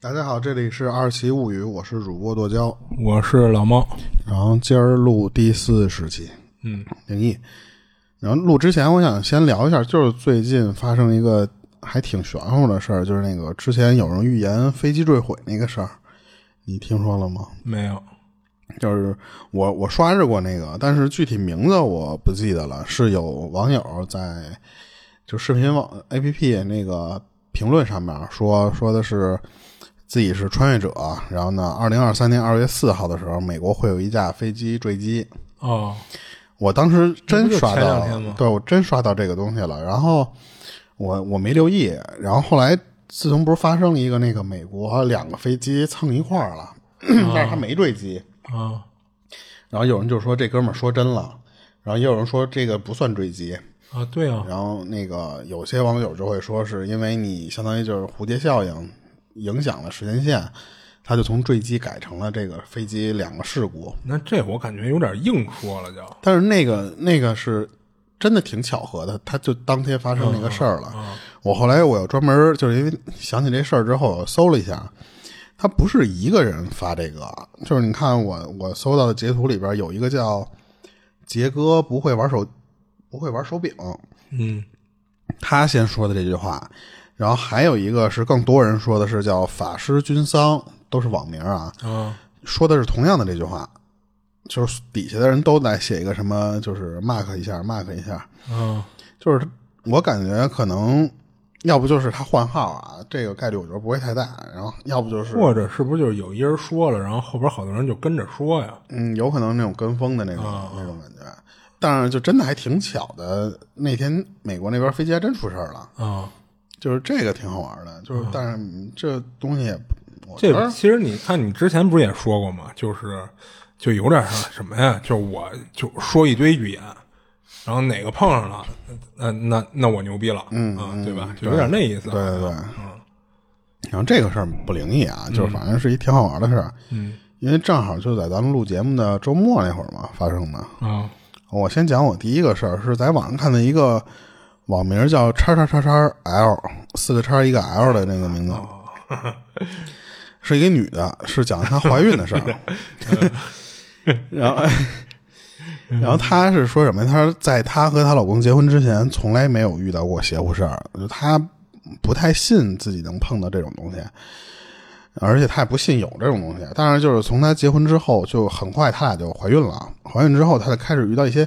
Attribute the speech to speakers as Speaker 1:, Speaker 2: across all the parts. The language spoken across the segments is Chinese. Speaker 1: 大家好，这里是二期物语，我是主播剁椒，
Speaker 2: 我是老猫，
Speaker 1: 然后今儿录第四十期，
Speaker 2: 嗯，
Speaker 1: 灵异。然后录之前，我想先聊一下，就是最近发生一个还挺玄乎的事儿，就是那个之前有人预言飞机坠毁那个事儿，你听说了吗？
Speaker 2: 没有，
Speaker 1: 就是我我刷着过那个，但是具体名字我不记得了。是有网友在就视频网 APP 那个评论上面说说的是自己是穿越者，然后呢，二零二三年二月四号的时候，美国会有一架飞机坠机。
Speaker 2: 哦，
Speaker 1: 我当时真刷
Speaker 2: 这不就前
Speaker 1: 到
Speaker 2: 两天吗，
Speaker 1: 对我真刷到这个东西了。然后我我没留意，然后后来自从不是发生了一个那个美国两个飞机蹭一块儿了，但是它没坠机。
Speaker 2: 啊
Speaker 1: 然后有人就说这哥们儿说真了，然后也有人说这个不算坠机，
Speaker 2: 啊，对啊，
Speaker 1: 然后那个有些网友就会说是因为你相当于就是蝴蝶效应影响了时间线，他就从坠机改成了这个飞机两个事故，
Speaker 2: 那这我感觉有点硬说了就，
Speaker 1: 但是那个那个是真的挺巧合的，他就当天发生那个事儿了。我后来我又专门就是因为想起这事儿之后，我搜了一下，他不是一个人发这个，就是你看我我搜到的截图里边有一个叫杰哥不会玩手不会玩手柄，
Speaker 2: 嗯，
Speaker 1: 他先说的这句话，然后还有一个是更多人说的是叫法师君桑，都是网名啊，
Speaker 2: 啊
Speaker 1: 说的是同样的这句话，就是底下的人都在写一个什么，就是 mark 一下，mark 一下，
Speaker 2: 啊，
Speaker 1: 就是我感觉可能要不就是他换号啊，这个概率我觉得不会太大，然后要不就是
Speaker 2: 或者是不是就是有一人说了，然后后边好多人就跟着说呀？
Speaker 1: 嗯，有可能那种跟风的那种、那种感觉，但是就真的还挺巧的，那天美国那边飞机还真出事儿了，
Speaker 2: 啊，
Speaker 1: 就是这个挺好玩的，就是但是嗯这东西也不我觉
Speaker 2: 这
Speaker 1: 得
Speaker 2: 其实你看，你之前不是也说过吗？就是就有点像什么呀？就是我就说一堆预言，然后哪个碰上了，那那那我牛逼了，嗯啊，对吧？就有点那意思，
Speaker 1: 对对对，然后这个事儿不灵异啊，就是反正是一挺好玩的事儿，嗯，因为正好就在咱们录节目的周末那会儿嘛发生的，
Speaker 2: 啊
Speaker 1: 我先讲我第一个事儿，是在网上看的一个网名叫叉叉叉叉 L，四个叉一个 L 的那个名字， 是一个女的，是讲她怀孕的事儿。然后，然后她是说什么呀？她说在她和她老公结婚之前，从来没有遇到过邪乎事儿，就她不太信自己能碰到这种东西。而且她也不信有这种东西，但是就是从她结婚之后，就很快她俩就怀孕了。怀孕之后，她就开始遇到一些，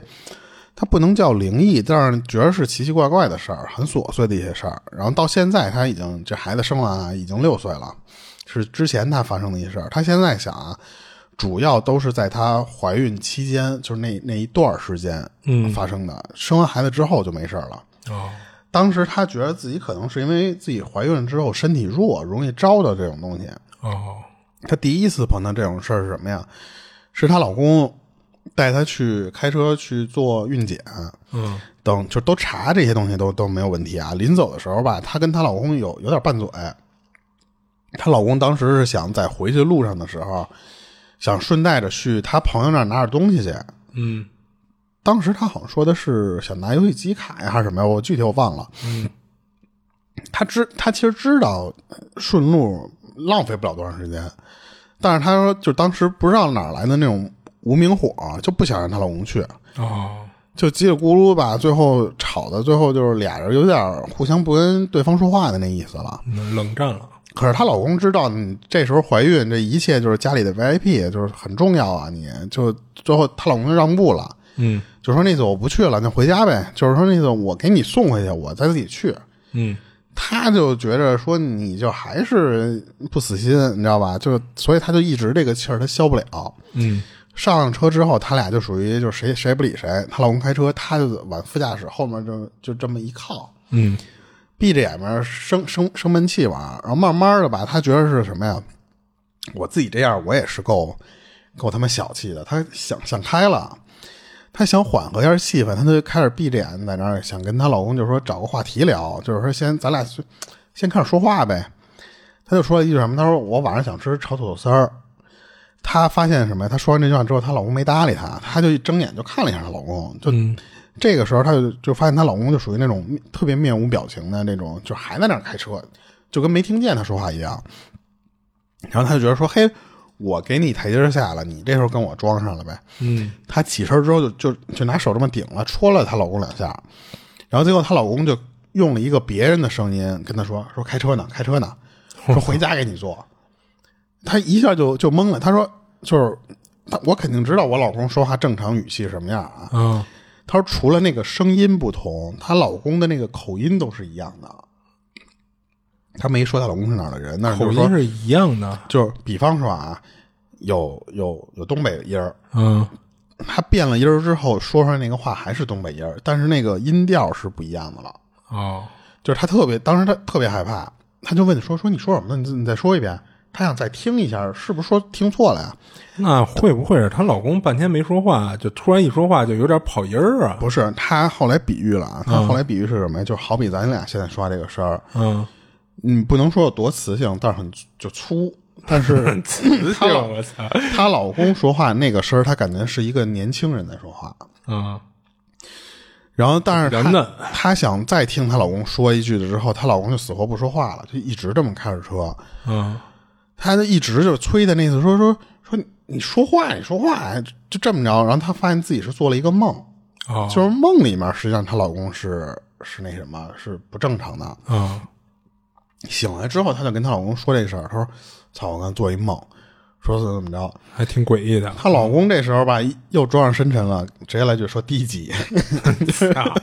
Speaker 1: 她不能叫灵异，但是觉得是奇奇怪怪的事儿，很琐碎的一些事儿。然后到现在，她已经这孩子生完啊，已经六岁了，是之前她发生的一些事儿。她现在想啊，主要都是在她怀孕期间，就是那那一段儿时间，
Speaker 2: 嗯
Speaker 1: 发生的。生完孩子之后就没事儿了。
Speaker 2: 啊
Speaker 1: 当时她觉得自己可能是因为自己怀孕之后身体弱，容易招到这种东西，
Speaker 2: 哦
Speaker 1: 她第一次碰到这种事儿是什么呀？是她老公带她去开车去做孕检，
Speaker 2: 嗯
Speaker 1: 等就都查这些东西都都没有问题啊。临走的时候吧，她跟她老公有有点拌嘴。她老公当时是想在回去路上的时候，想顺带着去她朋友那儿拿点东西去。
Speaker 2: 嗯
Speaker 1: 当时她好像说的是想拿游戏机卡呀还是什么呀，我具体我忘了。
Speaker 2: 嗯，
Speaker 1: 她知她其实知道呃顺路浪费不了多长时间，但是她说就当时不知道哪儿来的那种无名火，就不想让她老公去，
Speaker 2: 哦
Speaker 1: 就叽里咕噜吧，最后吵的最后就是俩人有点互相不跟对方说话的那意思了。
Speaker 2: 嗯冷战了，
Speaker 1: 可是她老公知道你这时候怀孕，这一切就是家里的 VIP，就是很重要啊你，就最后她老公就让步了。
Speaker 2: 嗯
Speaker 1: 就说那次我不去了，那回家呗。就是说那次我给你送回去，我再自己去。
Speaker 2: 嗯
Speaker 1: 他就觉着说你就还是不死心，你知道吧？就所以他就一直这个气儿他消不了。
Speaker 2: 嗯
Speaker 1: 上车之后，他俩就属于就谁谁也不理谁。她老公开车，她就往副驾驶后面就就这么一靠，
Speaker 2: 嗯
Speaker 1: 闭着眼睛生生生闷气玩儿，然后慢慢的吧，她觉得是什么呀？我自己这样我也是够够他妈小气的。她想想开了，她想缓和一下气氛，她就开始闭着眼在那儿想跟她老公就说找个话题聊，就是说先咱俩就先开始说话呗。她就说了一句什么？她说我晚上想吃炒土豆丝儿。她发现什么呀？她说完这句话之后，她老公没搭理她，她就一睁眼就看了一下她老公，就
Speaker 2: 嗯
Speaker 1: 这个时候，她就就发现她老公就属于那种特别面无表情的那种，就还在那儿开车，就跟没听见她说话一样。然后他就觉得说，嘿，我给你台阶下了，你这时候跟我装上了呗。
Speaker 2: 嗯，
Speaker 1: 她起身之后就就就拿手这么顶了，戳了她老公两下，然后结果她老公就用了一个别人的声音跟她说说开车呢，开车呢，说回家给你坐。她一下就就懵了，她说就是她我肯定知道我老公说话正常语气什么样啊，
Speaker 2: 啊，
Speaker 1: 她说除了那个声音不同，她老公的那个口音都是一样的。她没说她老公是哪儿的人，但是就
Speaker 2: 口
Speaker 1: 是说
Speaker 2: 音是一样的。
Speaker 1: 就是比方说啊，有有有东北音儿，
Speaker 2: 嗯，
Speaker 1: 他变了音儿之后说出来那个话还是东北音儿，但是那个音调是不一样的了。
Speaker 2: 哦，
Speaker 1: 就是他特别，当时他特别害怕，他就问说说你说什么呢？你你再说一遍。他想再听一下，是不是说听错了呀？
Speaker 2: 那会不会是她老公半天没说话，就突然一说话就有点跑音儿啊？
Speaker 1: 不是，他后来比喻了啊，他后来比喻是什么呀？就是好比咱俩现在说话这个声儿，
Speaker 2: 嗯，
Speaker 1: 嗯，不能说有多磁性，但是很就粗。但
Speaker 2: 嗯
Speaker 1: 是她老
Speaker 2: 我操！
Speaker 1: 她老公说话那个声儿，她感觉是一个年轻人在说话。
Speaker 2: 嗯，
Speaker 1: 然后，但是
Speaker 2: 比较嫩
Speaker 1: 她她想再听她老公说一句的之后，她老公就死活不说话了，就一直这么开着车。
Speaker 2: 嗯，
Speaker 1: 她就一直就是催的那次说说说你说话，你说话，就就这么着。然后她发现自己是做了一个梦，
Speaker 2: 哦，
Speaker 1: 就是梦里面实际上她老公是是那什么是不正常的。
Speaker 2: 嗯，
Speaker 1: 醒来之后，她就跟她老公说这事儿，她说：“操，我刚做一梦，说怎么怎么着。”
Speaker 2: 还挺诡异的。
Speaker 1: 她老公这时候吧，一又装上深沉了，直接来句说低级。
Speaker 2: 啊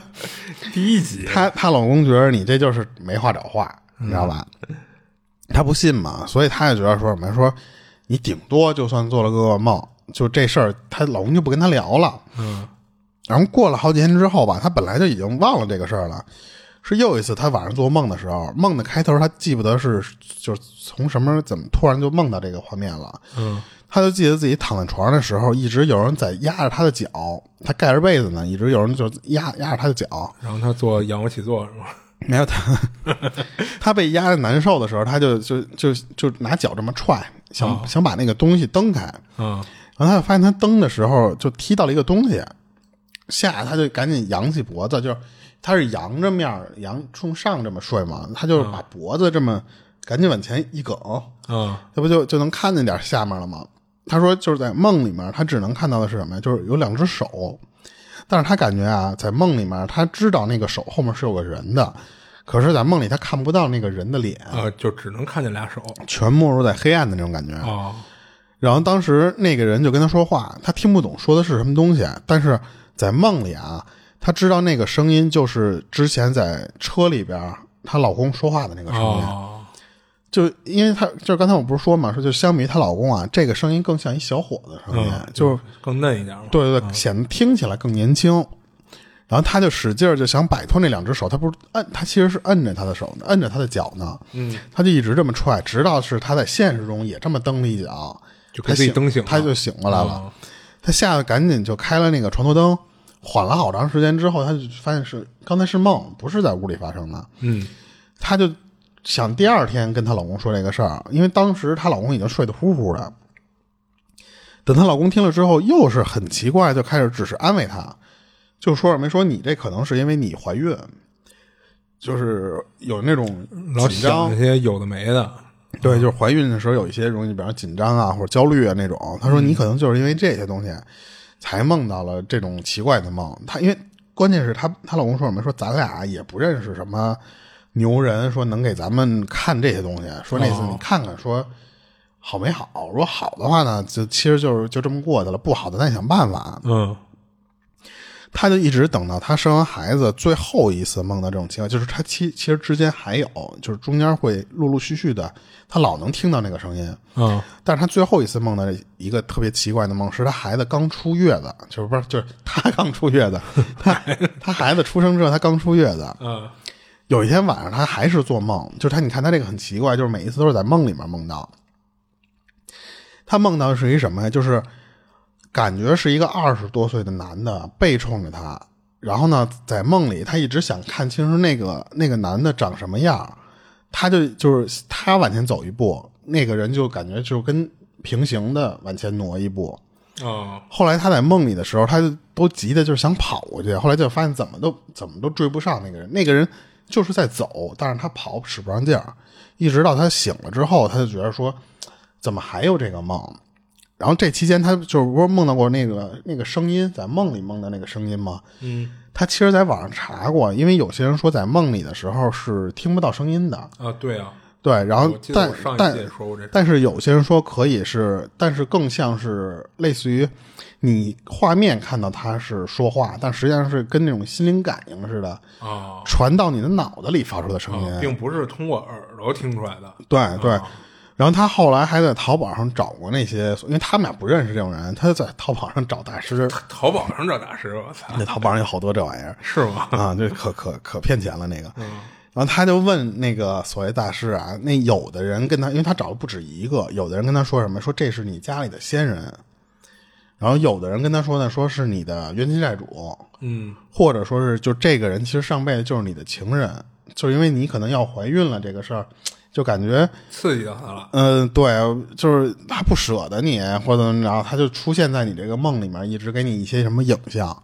Speaker 2: 第一集，
Speaker 1: 她她老公觉得你这就是没话找话，你知道吧？
Speaker 2: 嗯
Speaker 1: 她不信嘛，所以她也觉得说什么呀说你顶多就算做了个梦，就这事儿，她老公就不跟她聊了。
Speaker 2: 嗯，
Speaker 1: 然后过了好几天之后吧，她本来就已经忘了这个事儿了。是又一次，她晚上做梦的时候，梦的开头她记不得是就是从什么怎么突然就梦到这个画面了。
Speaker 2: 嗯，
Speaker 1: 她就记得自己躺在床上的时候，一直有人在压着她的脚，她盖着被子呢，一直有人就压压着她的脚。
Speaker 2: 然后他做仰卧起坐是吗？
Speaker 1: 没有他， 他被压着难受的时候，他就就就就拿脚这么踹，想、想把那个东西蹬开，
Speaker 2: 嗯，
Speaker 1: 然后他就发现他蹬的时候就踢到了一个东西，吓得他就赶紧扬起脖子，就是他是扬着面儿扬冲上这么睡嘛，他就是把脖子这么赶紧往前一梗，
Speaker 2: 嗯，
Speaker 1: 这不就就能看见点下面了吗？他说就是在梦里面，他只能看到的是什么呀？就是有两只手，但是他感觉啊，在梦里面他知道那个手后面是有个人的，可是，在梦里他看不到那个人的脸，
Speaker 2: 呃，就只能看见俩手。
Speaker 1: 全没入在黑暗的那种感觉。
Speaker 2: 哦，
Speaker 1: 然后当时那个人就跟他说话，他听不懂说的是什么东西，啊但是在梦里啊，他知道那个声音就是之前在车里边她老公说话的那个声音。
Speaker 2: 哦，
Speaker 1: 就因为她就是刚才我不是说嘛，说就相比于她老公啊，这个声音更像一小伙子声音，
Speaker 2: 嗯，
Speaker 1: 就是
Speaker 2: 更嫩一点嘛。
Speaker 1: 对对对，显得听起来更年轻。然后她就使劲儿就想摆脱那两只手，她不是摁，她其实是摁着她的手呢，摁着她的脚呢，
Speaker 2: 嗯，
Speaker 1: 她就一直这么踹，直到是她在现实中也这么蹬了一脚，
Speaker 2: 就给
Speaker 1: 她
Speaker 2: 自己蹬
Speaker 1: 醒
Speaker 2: 醒，
Speaker 1: 她就醒过来了。
Speaker 2: 哦。
Speaker 1: 她吓得赶紧就开了那个床头灯，缓了好长时间之后，她就发现是刚才是梦，不是在屋里发生的。
Speaker 2: 嗯，
Speaker 1: 她就想第二天跟她老公说这个事儿，因为当时她老公已经睡得呼呼的。等她老公听了之后，又是很奇怪，就开始只是安慰她，就说什么说你这可能是因为你怀孕，就是有那种
Speaker 2: 老
Speaker 1: 紧张
Speaker 2: 想那些有的没的。
Speaker 1: 对，就是怀孕的时候有一些容易，比方紧张啊或者焦虑啊那种。他说你可能就是因为这些东西，才梦到了这种奇怪的梦。她因为关键是她她老公说什么？说咱俩也不认识什么牛人，说能给咱们看这些东西。说那次
Speaker 2: 哦
Speaker 1: 你看看，说好没好？如果好的话呢，就其实就是就这么过去了；不好的，咱想办法。
Speaker 2: 嗯，
Speaker 1: 她就一直等到她生完孩子最后一次梦到这种情况，就是她其其实之间还有，就是中间会陆陆续续的，她老能听到那个声音。
Speaker 2: 嗯，
Speaker 1: 但是她最后一次梦到一个特别奇怪的梦，是她孩子刚出月子，就是不是就是她刚出月子，她她孩子出生之后她刚出月子，
Speaker 2: 嗯，
Speaker 1: 有一天晚上她还是做梦，就是她你看她这个很奇怪，就是每一次都是在梦里面梦到，她梦到的是一什么呀？就是感觉是一个二十多岁的男的背冲着她，然后呢，在梦里她一直想看清楚那个那个男的长什么样，她就就是她往前走一步，那个人就感觉就跟平行的往前挪一步。
Speaker 2: 哦，
Speaker 1: 后来她在梦里的时候，她就都急的就是想跑过去，后来就发现怎么都怎么都追不上那个人，那个人就是在走，但是她跑使不上劲儿，一直到她醒了之后，她就觉得说，怎么还有这个梦？然后这期间，他就是不是梦到过那个那个声音，在梦里梦的那个声音吗？
Speaker 2: 嗯，
Speaker 1: 他其实在网上查过，因为有些人说在梦里的时候是听不到声音的。
Speaker 2: 啊，对啊，
Speaker 1: 对，然后
Speaker 2: 我记得
Speaker 1: 但
Speaker 2: 我上一
Speaker 1: 嗯但
Speaker 2: 期也说过这事儿。
Speaker 1: 但是有些人说可以是，但是更像是类似于你画面看到他是说话，但实际上是跟那种心灵感应似的，
Speaker 2: 啊
Speaker 1: 传到你的脑子里发出的声音。
Speaker 2: 啊，并不是通过耳朵听出来的。
Speaker 1: 对对。然后他后来还在淘宝上找过那些，因为他们俩不认识这种人，他就在淘宝上找大师。
Speaker 2: 淘宝上这大师，我操，
Speaker 1: 那淘宝上有好多这玩意儿
Speaker 2: 是 吗？
Speaker 1: 啊，这可可可骗钱了那个。然后他就问那个所谓大师啊，那有的人跟他，因为他找的不止一个，有的人跟他说什么，说这是你家里的先人，然后有的人跟他说呢，说是你的冤亲债主，
Speaker 2: 嗯，
Speaker 1: 或者说是就这个人其实上辈子就是你的情人，就是因为你可能要怀孕了这个事儿，就感觉
Speaker 2: 刺激到他了。
Speaker 1: 嗯，对，就是他不舍得你，或者怎么着，他就出现在你这个梦里面，一直给你一些什么影像。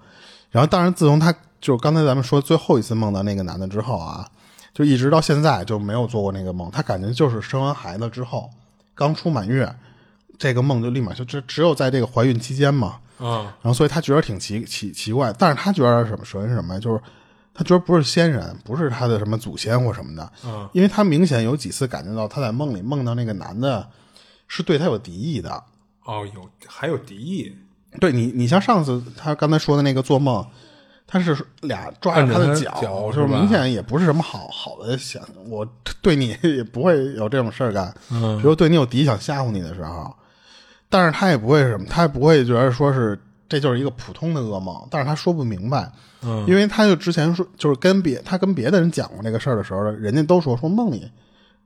Speaker 1: 然后，当然，自从他就是刚才咱们说最后一次梦到那个男的之后啊，就一直到现在就没有做过那个梦。他感觉就是生完孩子之后，刚出满月，这个梦就立马就只只有在这个怀孕期间嘛。
Speaker 2: 啊
Speaker 1: 然后，所以他觉得挺奇奇奇怪，但是他觉得什么？首先是什么呀？就是他觉得不是先人，不是他的什么祖先或什么的，
Speaker 2: 嗯
Speaker 1: 因为他明显有几次感觉到他在梦里梦到那个男的是对他有敌意的。
Speaker 2: 哦，有还有敌意，
Speaker 1: 对你，你像上次他刚才说的那个做梦，他是俩抓着他的
Speaker 2: 按着
Speaker 1: 脚，
Speaker 2: 他的脚
Speaker 1: 就是
Speaker 2: 是吧
Speaker 1: 明显也不是什么好好的想，我对你也不会有这种事儿干。
Speaker 2: 嗯
Speaker 1: 比如对你有敌意想吓唬你的时候，但是他也不会什么，他也不会觉得说是这就是一个普通的噩梦，但是他说不明白，
Speaker 2: 嗯
Speaker 1: 因为他就之前说就是跟别他跟别的人讲过这个事儿的时候，人家都说说梦里。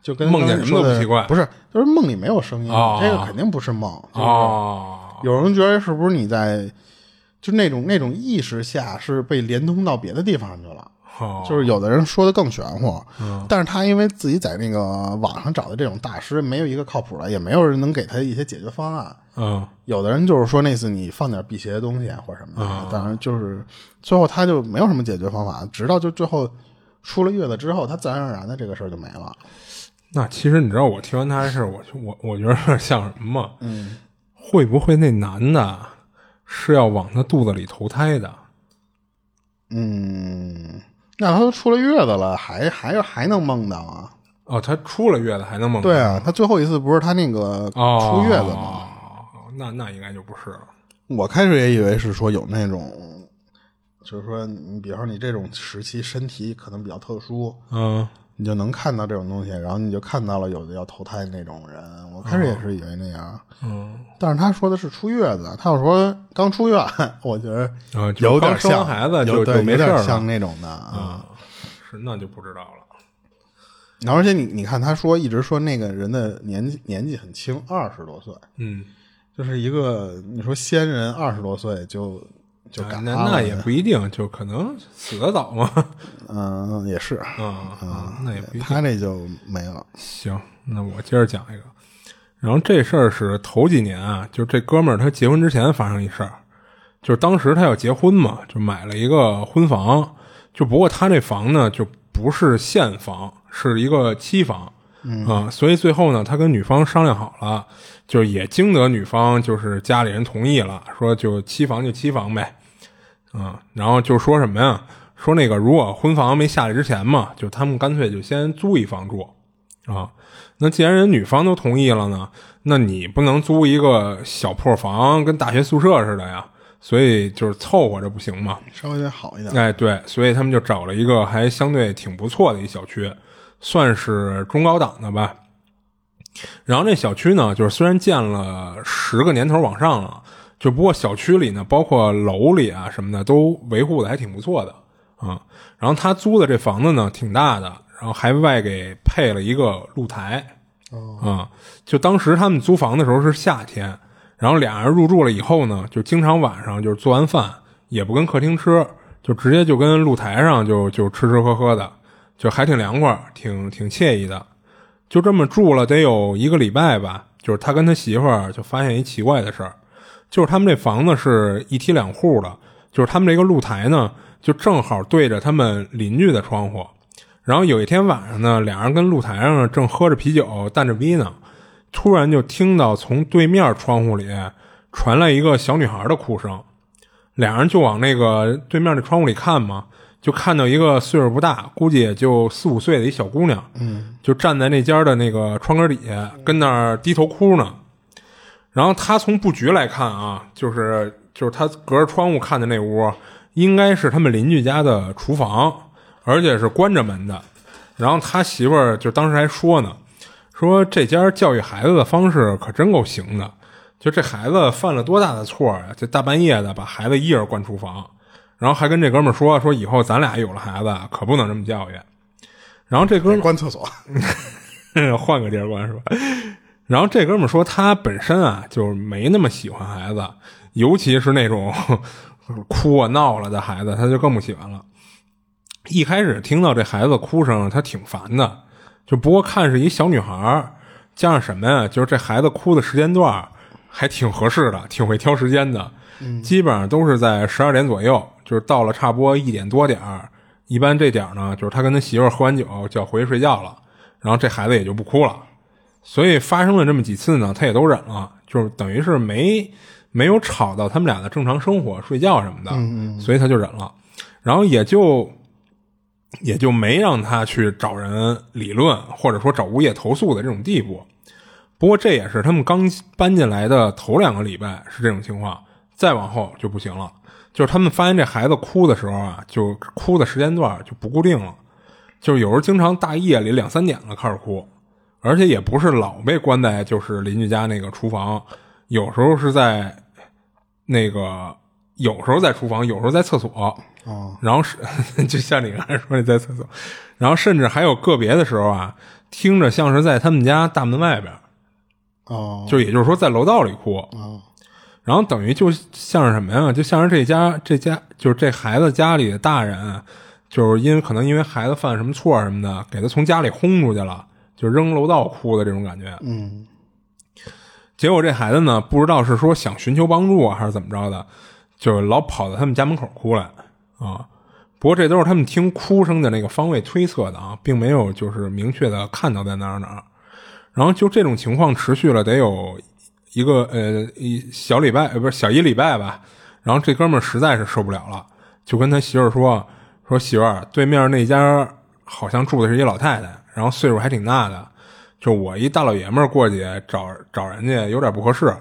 Speaker 1: 就跟
Speaker 2: 梦见
Speaker 1: 刚才
Speaker 2: 什么都
Speaker 1: 说的
Speaker 2: 不奇怪
Speaker 1: 不是，就是梦里没有声音，
Speaker 2: 哦
Speaker 1: 这个肯定不是梦。就是
Speaker 2: 哦，
Speaker 1: 有人觉得是不是你在，就那种那种意识下是被连通到别的地方去了？
Speaker 2: 哦
Speaker 1: 就是有的人说的更玄乎，但是他因为自己在那个网上找的这种大师，没有一个靠谱的，也没有人能给他一些解决方案。
Speaker 2: 嗯
Speaker 1: 有的人就是说那次你放点辟邪的东西啊或者什么的，当然就是最后他就没有什么解决方法，直到就最后出了月子之后，他自然而然的这个事儿就没了。
Speaker 2: 那其实你知道，我听完他的事儿，我就我我觉得有点像什么吗？嗯，会不会那男的是要往他肚子里投胎的？
Speaker 1: 嗯，那他都出了月子了，还还还能梦到啊？
Speaker 2: 哦，他出了月子还能梦？
Speaker 1: 对，啊，他最后一次不是他那个
Speaker 2: 嗯哦，
Speaker 1: 出月子吗？
Speaker 2: 哦，那那应该就不是了。
Speaker 1: 我开始也以为是说有那种，就是说，你比方说你这种时期身体可能比较特殊，
Speaker 2: 嗯，
Speaker 1: 你就能看到这种东西，然后你就看到了有的要投胎那种人。我开始也是以为那样，
Speaker 2: 嗯，
Speaker 1: 但是他说的是出月子，他要说刚出院， 我觉得
Speaker 2: 啊就
Speaker 1: 有点
Speaker 2: 刚生
Speaker 1: 像
Speaker 2: 完孩子就
Speaker 1: 有对
Speaker 2: 就没
Speaker 1: 有
Speaker 2: 事儿
Speaker 1: 点
Speaker 2: 了
Speaker 1: 像那种的啊。
Speaker 2: 啊，是那就不知道了。
Speaker 1: 然后而且你你看，他说一直说那个人的年纪年纪很轻，二十多岁，
Speaker 2: 嗯，
Speaker 1: 就是一个你说仙人二十多岁就就
Speaker 2: 啊
Speaker 1: 赶
Speaker 2: 那
Speaker 1: 上了
Speaker 2: 那也不一定，就可能死得早嘛。
Speaker 1: 嗯也是，
Speaker 2: 啊、嗯，那也不一定。
Speaker 1: 他这就没了。
Speaker 2: 行，那我接着讲一个。然后这事儿是头几年啊，就这哥们儿他结婚之前发生一事儿，就是当时他要结婚嘛，就买了一个婚房，就不过他这房呢就不是现房，是一个期房。啊，所以最后呢，他跟女方商量好了，就是也经得女方就是家里人同意了，说就期房就期房呗，嗯，然后就说什么呀？说那个如果婚房没下来之前嘛，就他们干脆就先租一房住啊。那既然人女方都同意了呢，那你不能租一个小破房跟大学宿舍似的呀？所以就是凑合着不行吗？
Speaker 1: 稍微得好一点。
Speaker 2: 哎，对，所以他们就找了一个还相对挺不错的一小区，算是中高档的吧。然后这小区呢，就是虽然建了十个年头往上了，就不过小区里呢，包括楼里啊什么的，都维护的还挺不错的啊。然后他租的这房子呢，挺大的，然后还外给配了一个露台。啊、就当时他们租房的时候是夏天，然后俩人入住了以后呢，就经常晚上就是做完饭也不跟客厅吃，就直接就跟露台上就就吃吃喝喝的，就还挺凉快，挺挺惬意的。就这么住了得有一个礼拜吧，就是他跟他媳妇儿就发现一奇怪的事儿，就是他们这房子是一梯两户的，就是他们这个露台呢，就正好对着他们邻居的窗户。然后有一天晚上呢，俩人跟露台上呢正喝着啤酒，淡着逼呢，突然就听到从对面窗户里传来一个小女孩的哭声，俩人就往那个对面的窗户里看嘛，就看到一个岁数不大，估计也就四五岁的一小姑娘，嗯，就站在那家的那个窗根底下，跟那儿低头哭呢。然后她从布局来看啊，就是就是她隔着窗户看的那屋，应该是他们邻居家的厨房，而且是关着门的。然后他媳妇儿就当时还说呢，说这家教育孩子的方式可真够行的，就这孩子犯了多大的错啊！这大半夜的把孩子一人关厨房，然后还跟这哥们儿说说以后咱俩有了孩子可不能这么教育。然后这哥们儿
Speaker 1: 关厕所，
Speaker 2: 换个地儿关是吧？然后这哥们儿说他本身啊就是没那么喜欢孩子，尤其是那种 哭啊闹了的孩子，他就更不喜欢了。一开始听到这孩子哭声，他挺烦的，就不过看是一小女孩儿，加上什么呀，就是这孩子哭的时间段儿还挺合适的，挺会挑时间的，基本上都是在十二点左右，就是到了差不多一点多点儿，一般这点儿呢，就是他跟他媳妇儿喝完酒就要回去睡觉了，然后这孩子也就不哭了。所以发生了这么几次呢，他也都忍了，就是等于是没没有吵到他们俩的正常生活、睡觉什么的，所以他就忍了，然后也就也就没让他去找人理论或者说找物业投诉的这种地步。不过这也是他们刚搬进来的头两个礼拜是这种情况，再往后就不行了。就是他们发现这孩子哭的时候啊，就哭的时间段就不固定了，就是有时候经常大夜里两三点了开始哭，而且也不是老被关在就是邻居家那个厨房，有时候是在那个有时候在厨房，有时候在厕所。
Speaker 1: 哦，
Speaker 2: 然后是 就像你刚才说的在厕所，然后甚至还有个别的时候啊，听着像是在他们家大门外边儿，
Speaker 1: 哦，
Speaker 2: 就也就是说在楼道里哭。
Speaker 1: 哦，
Speaker 2: 然后等于就像是什么呀？就像是这家这家就是这孩子家里的大人，就是因为可能因为孩子犯什么错什么的，给他从家里轰出去了，就扔楼道哭的这种感觉。
Speaker 1: 嗯，
Speaker 2: 结果这孩子呢，不知道是说想寻求帮助啊，还是怎么着的，就老跑到他们家门口哭来啊。不过这都是他们听哭声的那个方位推测的啊，并没有就是明确的看到在哪儿哪儿。然后就这种情况持续了得有一个呃一小礼拜，呃不是小一礼拜吧。然后这哥们儿实在是受不了了，就跟他媳妇儿说说媳妇儿，对面那家好像住的是一老太太，然后岁数还挺大的，就我一大老爷们儿过去找找人家有点不合适，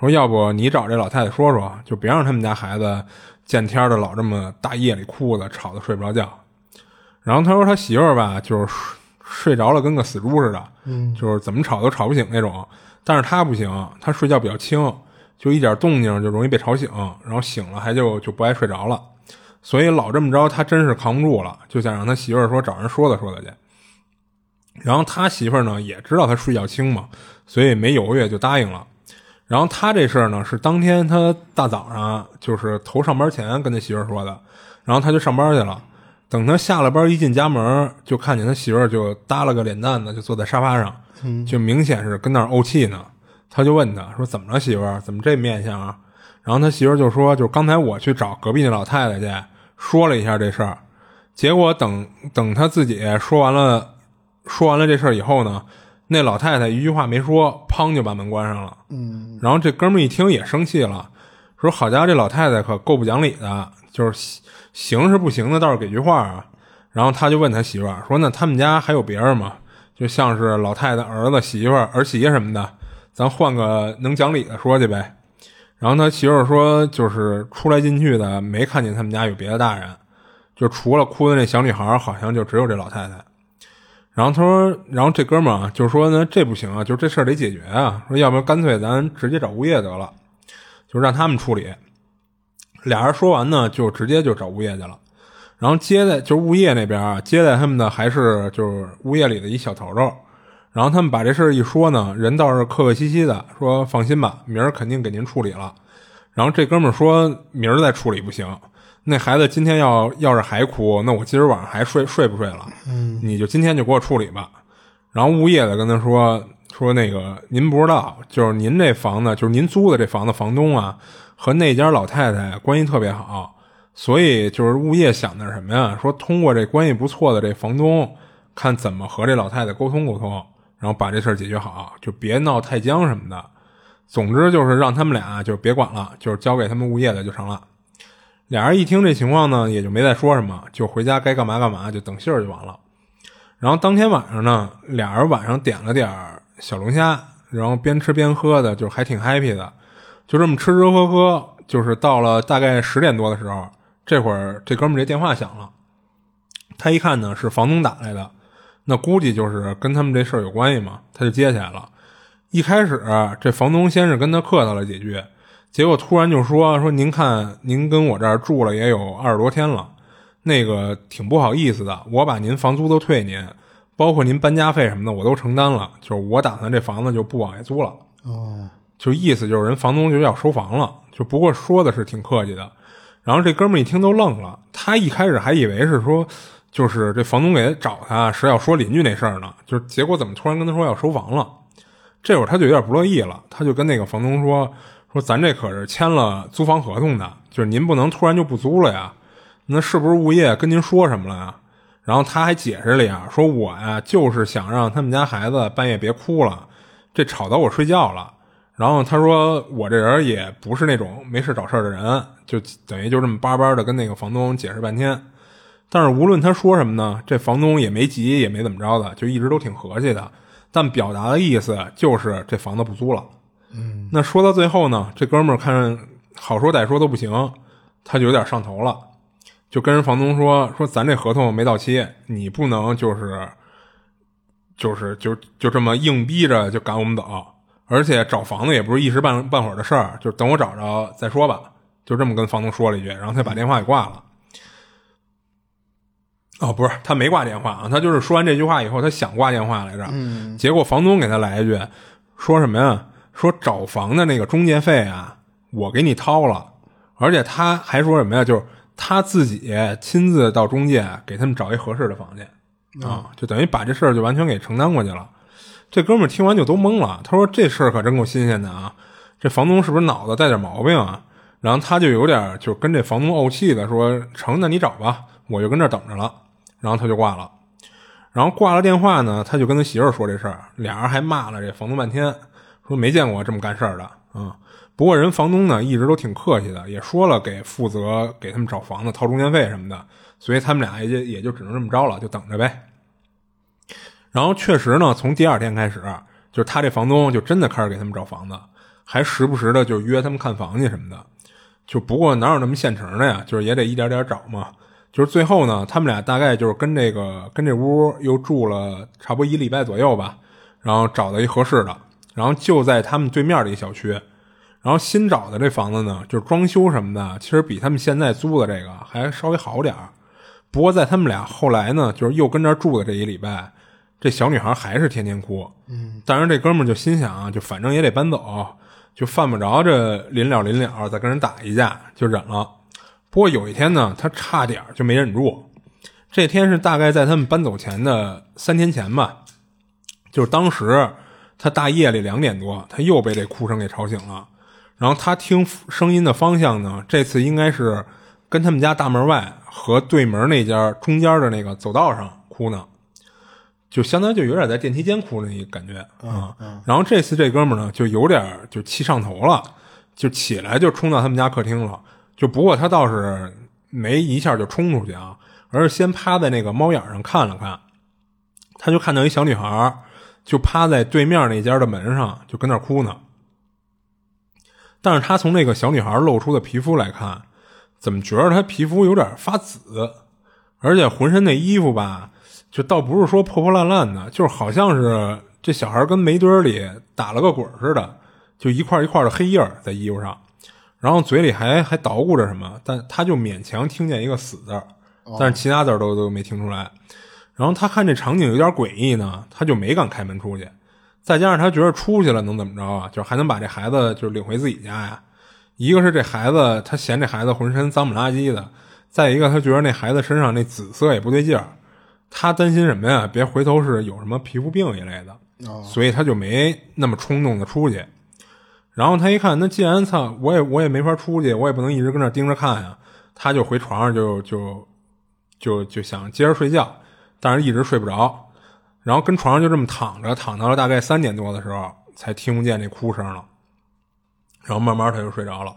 Speaker 2: 说要不你找这老太太说说，就别让他们家孩子见天儿的老这么大夜里哭的，吵得睡不着觉。然后他说他媳妇儿吧，就是睡睡着了跟个死猪似的，嗯，就是怎么吵都吵不醒那种。但是他不行，他睡觉比较轻，就一点动静就容易被吵醒，然后醒了还就就不爱睡着了。所以老这么着，他真是扛不住了，就想让他媳妇儿说找人说道说道去。然后他媳妇儿呢也知道他睡觉轻嘛，所以没犹豫就答应了。然后他这事儿呢是当天他大早上就是头上班前跟他媳妇儿说的，然后他就上班去了。等他下了班一进家门，就看见他媳妇儿就耷拉个脸蛋子，就坐在沙发上，就明显是跟那儿怄气呢。他就问他说：“怎么了，媳妇儿？怎么这面相啊？”然后他媳妇儿就说：“就是刚才我去找隔壁那老太太去，说了一下这事儿，结果等等他自己说完了说完了这事儿以后呢，那老太太一句话没说，砰就把门关上了。嗯，然后这哥们儿一听也生气了，说：“好家伙，这老太太可够不讲理的，就是行是不行的，倒是给句话啊。”然后他就问他媳妇儿说：“那他们家还有别人吗？就像是老太太儿子、媳妇儿、儿媳什么的，咱换个能讲理的说去呗。”然后他媳妇儿说：“就是出来进去的，没看见他们家有别的大人，就除了哭的那小女孩儿，好像就只有这老太太。”然后他说，然后这哥们儿啊，就说呢，这不行啊，就是这事儿得解决啊，说要不然干脆咱直接找物业得了，就让他们处理。俩人说完呢，就直接就找物业去了。然后接待就是物业那边啊，接待他们的还是就是物业里的一小头头。然后他们把这事儿一说呢，人倒是客客气气的，说放心吧，明儿肯定给您处理了。然后这哥们儿说明儿再处理不行，那孩子今天要要是还哭，那我今儿晚上还睡睡不睡了？嗯，你就今天就给我处理吧。然后物业的跟他说说那个您不知道，就是您这房子，就是您租的这房子房东啊和那家老太太关系特别好，所以就是物业想的是什么呀？说通过这关系不错的这房东，看怎么和这老太太沟通沟通，然后把这事儿解决好，就别闹太僵什么的。总之就是让他们俩就别管了，就是交给他们物业的就成了。俩人一听这情况呢，也就没再说什么，就回家该干嘛干嘛，就等信儿就完了。然后当天晚上呢，俩人晚上点了点儿小龙虾，然后边吃边喝的，就还挺 happy 的，就这么吃吃喝喝，就是到了大概十点多的时候，这会儿这哥们儿这电话响了，他一看呢是房东打来的，那估计就是跟他们这事儿有关系嘛，他就接起来了。一开始这房东先是跟他客套了几句，结果突然就说说您看您跟我这儿住了也有二十多天了。那个挺不好意思的，我把您房租都退您，包括您搬家费什么的我都承担了，就是我打算这房子就不往外租了。
Speaker 1: 哦，
Speaker 2: 就意思就是人房东就要收房了，就不过说的是挺客气的。然后这哥们儿一听都愣了，他一开始还以为是说，就是这房东给他找他是要说邻居那事儿呢，就是结果怎么突然跟他说要收房了？这会儿他就有点不乐意了，他就跟那个房东说说咱这可是签了租房合同的，就是您不能突然就不租了呀。那是不是物业跟您说什么了呀？然后他还解释了呀，说我呀就是想让他们家孩子半夜别哭了，这吵到我睡觉了。然后他说我这人也不是那种没事找事儿的人，就等于就这么巴巴的跟那个房东解释半天。但是无论他说什么呢，这房东也没急，也没怎么着的，就一直都挺和气的。但表达的意思就是这房子不租了。嗯，那说到最后呢，这哥们儿看好说歹说都不行，他就有点上头了。就跟人房东说说咱这合同没到期，你不能就是就是就就这么硬逼着就赶我们走，而且找房子也不是一时半半会儿的事儿，就等我找着再说吧。就这么跟房东说了一句，然后他把电话给挂了。哦，不是，他没挂电话啊，他就是说完这句话以后，他想挂电话来
Speaker 1: 嗯
Speaker 2: 着，结果房东给他来一句，说什么呀？说找房的那个中介费啊，我给你掏了，而且他还说什么呀？就是他自己亲自到中介给他们找一合适的房去啊，就等于把这事儿就完全给承担过去了。这哥们儿听完就都懵了，他说这事儿可真够新鲜的啊！这房东是不是脑子带点毛病啊？然后他就有点就跟这房东怄气的说：“成，那你找吧，我就跟这儿等着了。”然后他就挂了。然后挂了电话呢，他就跟他媳妇儿说这事儿，俩人还骂了这房东半天，说没见过这么干事儿的啊、不过人房东呢一直都挺客气的，也说了给负责给他们找房子掏中介费什么的，所以他们俩也就也就只能这么着了，就等着呗。然后确实呢，从第二天开始，就是他这房东就真的开始给他们找房子，还时不时的就约他们看房去什么的。就不过哪有那么现成的呀？就是也得一点点找嘛。就是最后呢，他们俩大概就是跟这个跟这屋又住了差不多一礼拜左右吧，然后找到一合适的，然后就在他们对面的一小区。然后新找的这房子呢，就是装修什么的，其实比他们现在租的这个还稍微好点儿。不过在他们俩后来呢，就是又跟这儿住的这一礼拜，这小女孩还是天天哭。嗯，但是这哥们儿就心想啊，就反正也得搬走，就犯不着这临了临了再跟人打一架，就忍了。不过有一天呢，他差点儿就没忍住。这天是大概在他们搬走前的三天前吧，就是当时他大夜里两点多，他又被这哭声给吵醒了。然后他听声音的方向呢，这次应该是跟他们家大门外和对门那家中间的那个走道上哭呢，就相当于就有点在电梯间哭那感觉啊。然后这次这哥们儿呢，就有点就气上头了，就起来就冲到他们家客厅了。就不过他倒是没一下就冲出去啊，而是先趴在那个猫眼上看了看，他就看到一小女孩儿就趴在对面那家的门上，就跟那儿哭呢。但是他从那个小女孩露出的皮肤来看，怎么觉得她皮肤有点发紫，而且浑身那衣服吧，就倒不是说破破烂烂的，就是好像是这小孩跟煤堆里打了个滚似的，就一块一块的黑印儿在衣服上，然后嘴里还还捣鼓着什么，但他就勉强听见一个“死”字儿，但是其他字儿都都没听出来。然后他看这场景有点诡异呢，他就没敢开门出去。再加上他觉得出去了能怎么着啊？就是还能把这孩子就是领回自己家呀。一个是这孩子他嫌这孩子浑身脏不拉几的，再一个他觉得那孩子身上那紫色也不对劲儿，他担心什么呀？别回头是有什么皮肤病一类
Speaker 1: 啊
Speaker 2: 的，
Speaker 1: 哦
Speaker 2: 所以他就没那么冲动的出去。然后他一看，那既然操，我也我也没法出去，我也不能一直跟那儿盯着看呀。他就回床上就就就就想接着睡觉，但是一直睡不着。然后跟床上就这么躺着，躺到了大概三点多的时候，才听不见这哭声了。然后慢慢他就睡着了。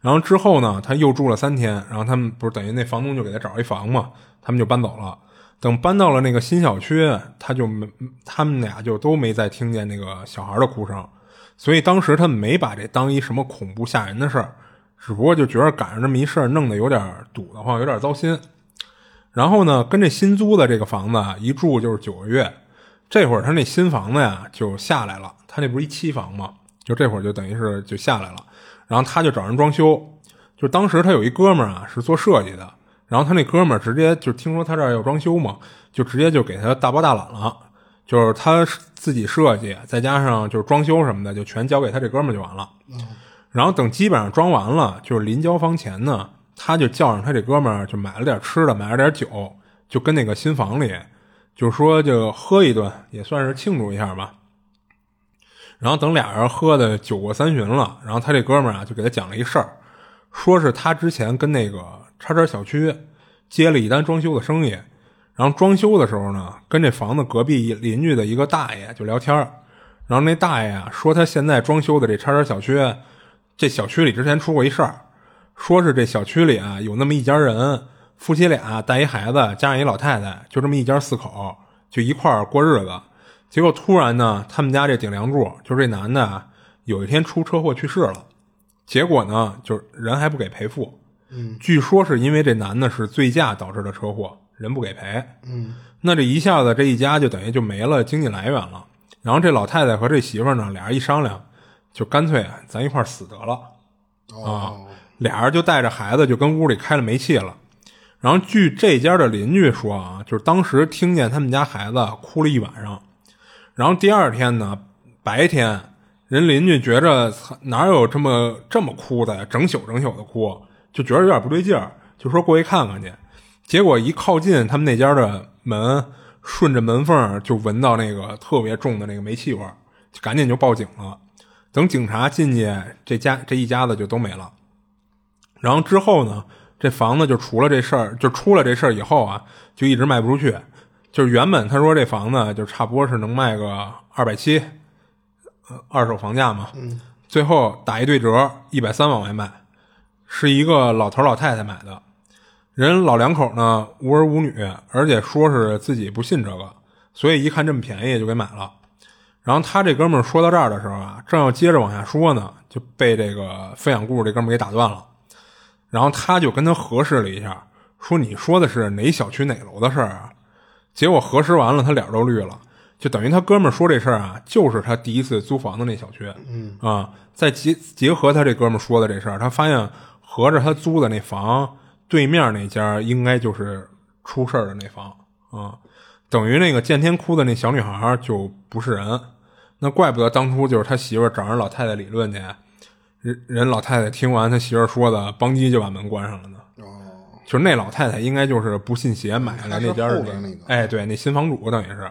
Speaker 2: 然后之后呢，他又住了三天。然后他们不是等于那房东就给他找一房嘛，他们就搬走了。等搬到了那个新小区，他就没，他们俩就都没再听见那个小孩的哭声，所以当时他们没把这当一什么恐怖吓人的事儿，只不过就觉得赶上这么一事儿，弄得有点堵得慌，有点糟心。然后呢，跟这新租的这个房子啊，一住就是九个月，这会儿他那新房子呀就下来了，他那不是一期房吗？就这会儿就等于是就下来了，然后他就找人装修，就当时他有一哥们儿啊是做设计的，然后他那哥们儿直接就听说他这儿要装修嘛，就直接就给他大包大揽了，就是他自己设计，再加上就是装修什么的，就全交给他这哥们儿就完了。然后等基本上装完了，就是临交房前呢，他就叫上他这哥们儿，就买了点吃的，买了点酒，就跟那个新房里，就说就喝一顿，也算是庆祝一下吧。然后等俩人喝的酒过三巡了，然后他这哥们儿啊就给他讲了一事儿，说是他之前跟那个叉叉小区接了一单装修的生意，然后装修的时候呢，跟这房子隔壁邻居的一个大爷就聊天儿，然后那大爷啊说他现在装修的这叉叉小区，这小区里之前出过一事儿，说是这小区里啊有那么一家人，夫妻俩带一孩子，加上一老太太，就这么一家四口就一块儿过日子。结果突然呢，他们家这顶梁柱，就是这男的啊，有一天出车祸去世了。结果呢，就是人还不给赔付。嗯，据说是因为这男的是醉驾导致的车祸，人不给赔。嗯，那这一下子这一家就等于就没了经济来源了。然后这老太太和这媳妇儿呢，俩人一商量，就干脆啊咱一块儿死得了。
Speaker 1: 哦
Speaker 2: 啊，俩人就带着孩子就跟屋里开了煤气了。然后据这家的邻居说啊，就是当时听见他们家孩子哭了一晚上。然后第二天呢，白天人邻居觉着操哪有这么这么哭的呀，整宿整宿的哭，就觉得有点不对劲儿，就说过去看看去。结果一靠近他们那家的门，顺着门缝儿就闻到那个特别重的那个煤气味儿，就赶紧就报警了。等警察进去，这家这一家子就都没了。然后之后呢，这房子就除了这事儿，就出了这事儿以后啊，就一直卖不出去。就是原本他说这房子就差不多是能卖个二百七，呃，二手房价嘛。嗯。最后打一对折，一百三往外卖，是一个老头老太太买的。人老两口呢无儿无女，而且说是自己不信这个，所以一看这么便宜就给买了。然后他这哥们儿说到这儿的时候啊，正要接着往下说呢，就被这个分享故事这哥们儿给打断了。然后他就跟他核实了一下，说你说的是哪小区哪楼的事儿啊？结果核实完了，他脸都绿了，就等于他哥们儿说这事儿啊，就是他第一次租房的那小区，嗯啊，再结结合他这哥们儿说的这事儿，他发现合着他租的那房对面那家应该就是出事儿的那房啊，等于那个见天哭的那小女孩儿就不是人，那怪不得当初就是他媳妇儿找人老太太理论去，人人老太太听完他媳妇儿说的，邦叽就把门关上了
Speaker 1: 哦
Speaker 2: 呢。就是那老太太应该就是不信邪买下来那家
Speaker 1: 她
Speaker 2: 的
Speaker 1: 是后边那个
Speaker 2: 哎，对，那新房主等于是。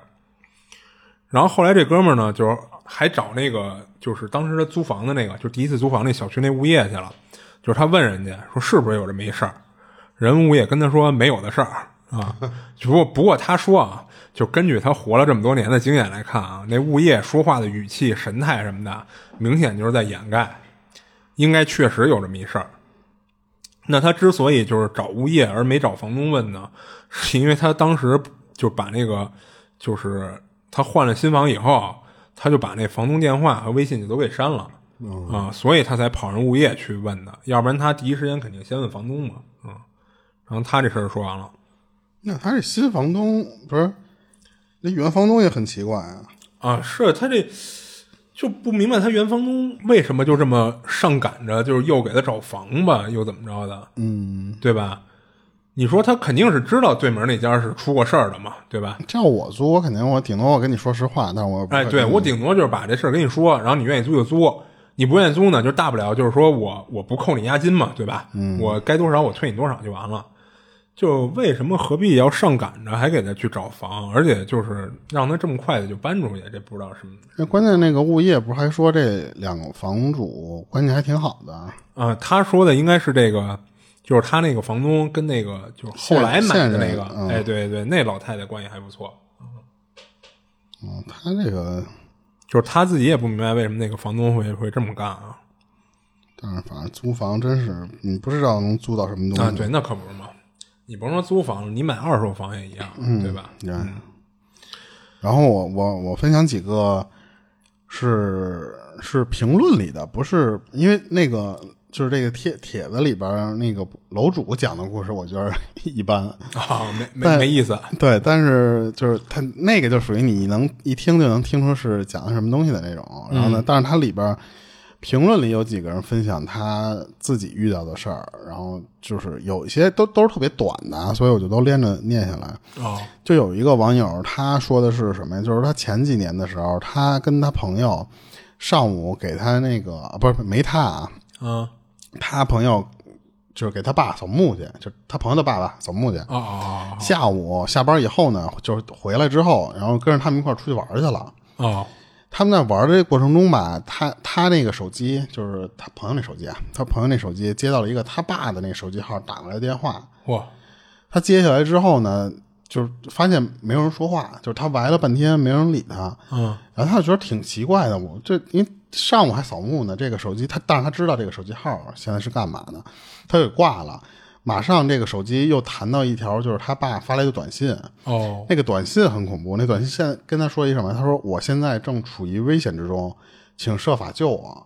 Speaker 2: 然后后来这哥们儿呢，就是还找那个就是当时他租房的那个，就第一次租房那小区那物业去了，就是他问人家说是不是有这么一事儿，人物业跟他说没有的事儿啊。只不过不过他说啊，就根据他活了这么多年的经验来看啊，那物业说话的语气、神态什么的，明显就是在掩盖，应该确实有这么一事儿。那他之所以就是找物业而没找房东问呢，是因为他当时就把那个，就是他换了新房以后，他就把那房东电话和微信就都给删了啊，所以他才跑人物业去问的，要不然他第一时间肯定先问房东嘛，嗯，然后他这事儿说完了
Speaker 1: 那他这新房东不是？那原房东也很奇怪啊。
Speaker 2: 啊，是他这就不明白他原房东为什么就这么上赶着，就是又给他找房吧，又怎么着的，
Speaker 1: 嗯，
Speaker 2: 对吧？你说他肯定是知道对门那家是出过事儿的嘛，对吧？
Speaker 1: 这要我租，我肯定我顶多我跟你说实话，但我不会
Speaker 2: 哎，对
Speaker 1: 跟你
Speaker 2: 我顶多就是把这事儿跟你说，然后你愿意租就租，你不愿意租呢，就大不了就是说我我不扣你押金嘛，对吧？嗯，我该多少我退你多少就完了。就为什么何必要上赶着还给他去找房，而且就是让他这么快的就搬出去，这不知道什么
Speaker 1: 那关键那个物业不是还说这两个房主关系还挺好的？
Speaker 2: 啊、他说的应该是这个，就是他那个房东跟那个就是后来买的那
Speaker 1: 现
Speaker 2: 个
Speaker 1: 现，任嗯
Speaker 2: 哎，对对，那老太太关系还不错。
Speaker 1: 嗯，他这个，
Speaker 2: 就是他自己也不明白为什么那个房东会会这么干啊
Speaker 1: 但是反正租房真是你不知道能租到什么东西。
Speaker 2: 啊！对，那可不是嘛。你甭说租房，你买二手房也一样，
Speaker 1: 嗯
Speaker 2: 对吧？
Speaker 1: 对。然后我我我分享几个是是评论里的，不是因为那个就是这个帖帖子里边儿那个楼主讲的故事，我觉得一般。
Speaker 2: 啊，没没没意思。
Speaker 1: 对，但是就是他那个就属于你能一听就能听出是讲的什么东西的那种。然后呢，但是它里边儿评论里有几个人分享他自己遇到的事儿，然后就是有一些都都是特别短的啊，所以我就都连着念下来。
Speaker 2: 哦，
Speaker 1: 就有一个网友，他说的是什么呀？就是他前几年的时候，他跟他朋友上午给他那个啊不是没他啊，
Speaker 2: 啊
Speaker 1: 他朋友就是给他爸扫墓去，就是他朋友的爸爸扫墓去。
Speaker 2: 啊啊
Speaker 1: 下午下班以后呢，就是回来之后，然后跟着他们一块儿出去玩去了。
Speaker 2: 啊！
Speaker 1: 他们在玩的这过程中吧，他他那个手机就是他朋友那手机啊，他朋友那手机接到了一个他爸的那手机号打过来的电话，
Speaker 2: 哇
Speaker 1: 他接下来之后呢，就是发现没有人说话，就是他歪了半天没有人理他，
Speaker 2: 嗯
Speaker 1: 然后他就觉得挺奇怪的，我这因为上午还扫墓呢，这个手机他但是他知道这个手机号啊现在是干嘛的，他就给挂了。马上这个手机又弹到一条，就是他爸发来的短信，
Speaker 2: 哦
Speaker 1: 那个短信很恐怖，那短信现在跟他说一什么？他说我现在正处于危险之中，请设法救我。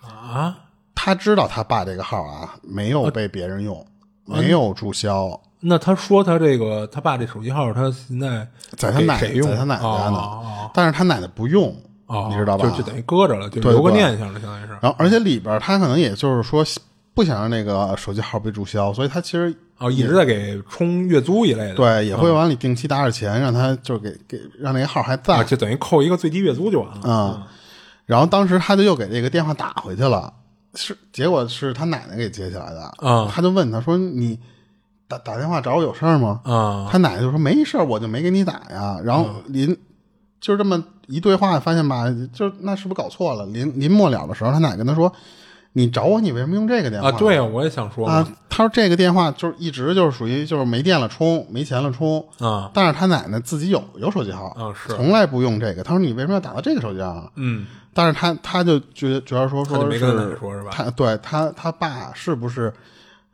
Speaker 2: 啊！
Speaker 1: 他知道他爸这个号啊没有被别人用，没有注销，
Speaker 2: 那他说他这个他爸这手机号，他现在
Speaker 1: 在他奶
Speaker 2: 给谁用
Speaker 1: 在他奶奶家呢，
Speaker 2: 哦
Speaker 1: 但是他奶奶不用，
Speaker 2: 哦，
Speaker 1: 你知道吧？
Speaker 2: 就就等于搁着了，就
Speaker 1: 对
Speaker 2: 留个
Speaker 1: 对
Speaker 2: 念想了，相当于是。
Speaker 1: 然后而且里边他可能也就是说不想让那个手机号被注销，所以他其实
Speaker 2: 哦，一直在给充月租一类的。
Speaker 1: 对嗯也会往里定期打点钱，让他就是给给让那个号还在
Speaker 2: 啊，就等于扣一个最低月租就完了。
Speaker 1: 哦嗯，然后当时他就又给这个电话打回去了，是结果是他奶奶给接起来的
Speaker 2: 啊
Speaker 1: 他就问他说你打打电话找我有事儿吗？
Speaker 2: 啊
Speaker 1: 他奶奶就说没事儿，我就没给你打呀。然后临就这么一对话，发现吧，就那是不是搞错了？临临末了的时候，他奶奶跟他说：“你找我，你为什么用这个电话？”
Speaker 2: 啊，对啊，我也想说
Speaker 1: 啊，他说这个电话就是一直就是属于就是没电了充，没钱了充。
Speaker 2: 啊
Speaker 1: 但是他奶奶自己有有手机号，
Speaker 2: 啊是
Speaker 1: 从来不用这个。他说你为什么要打到这个手机上啊？
Speaker 2: 嗯
Speaker 1: 但是他他就觉主要说
Speaker 2: 他就
Speaker 1: 说
Speaker 2: 没
Speaker 1: 是
Speaker 2: 跟他奶奶说是吧
Speaker 1: 他对他他爸是不是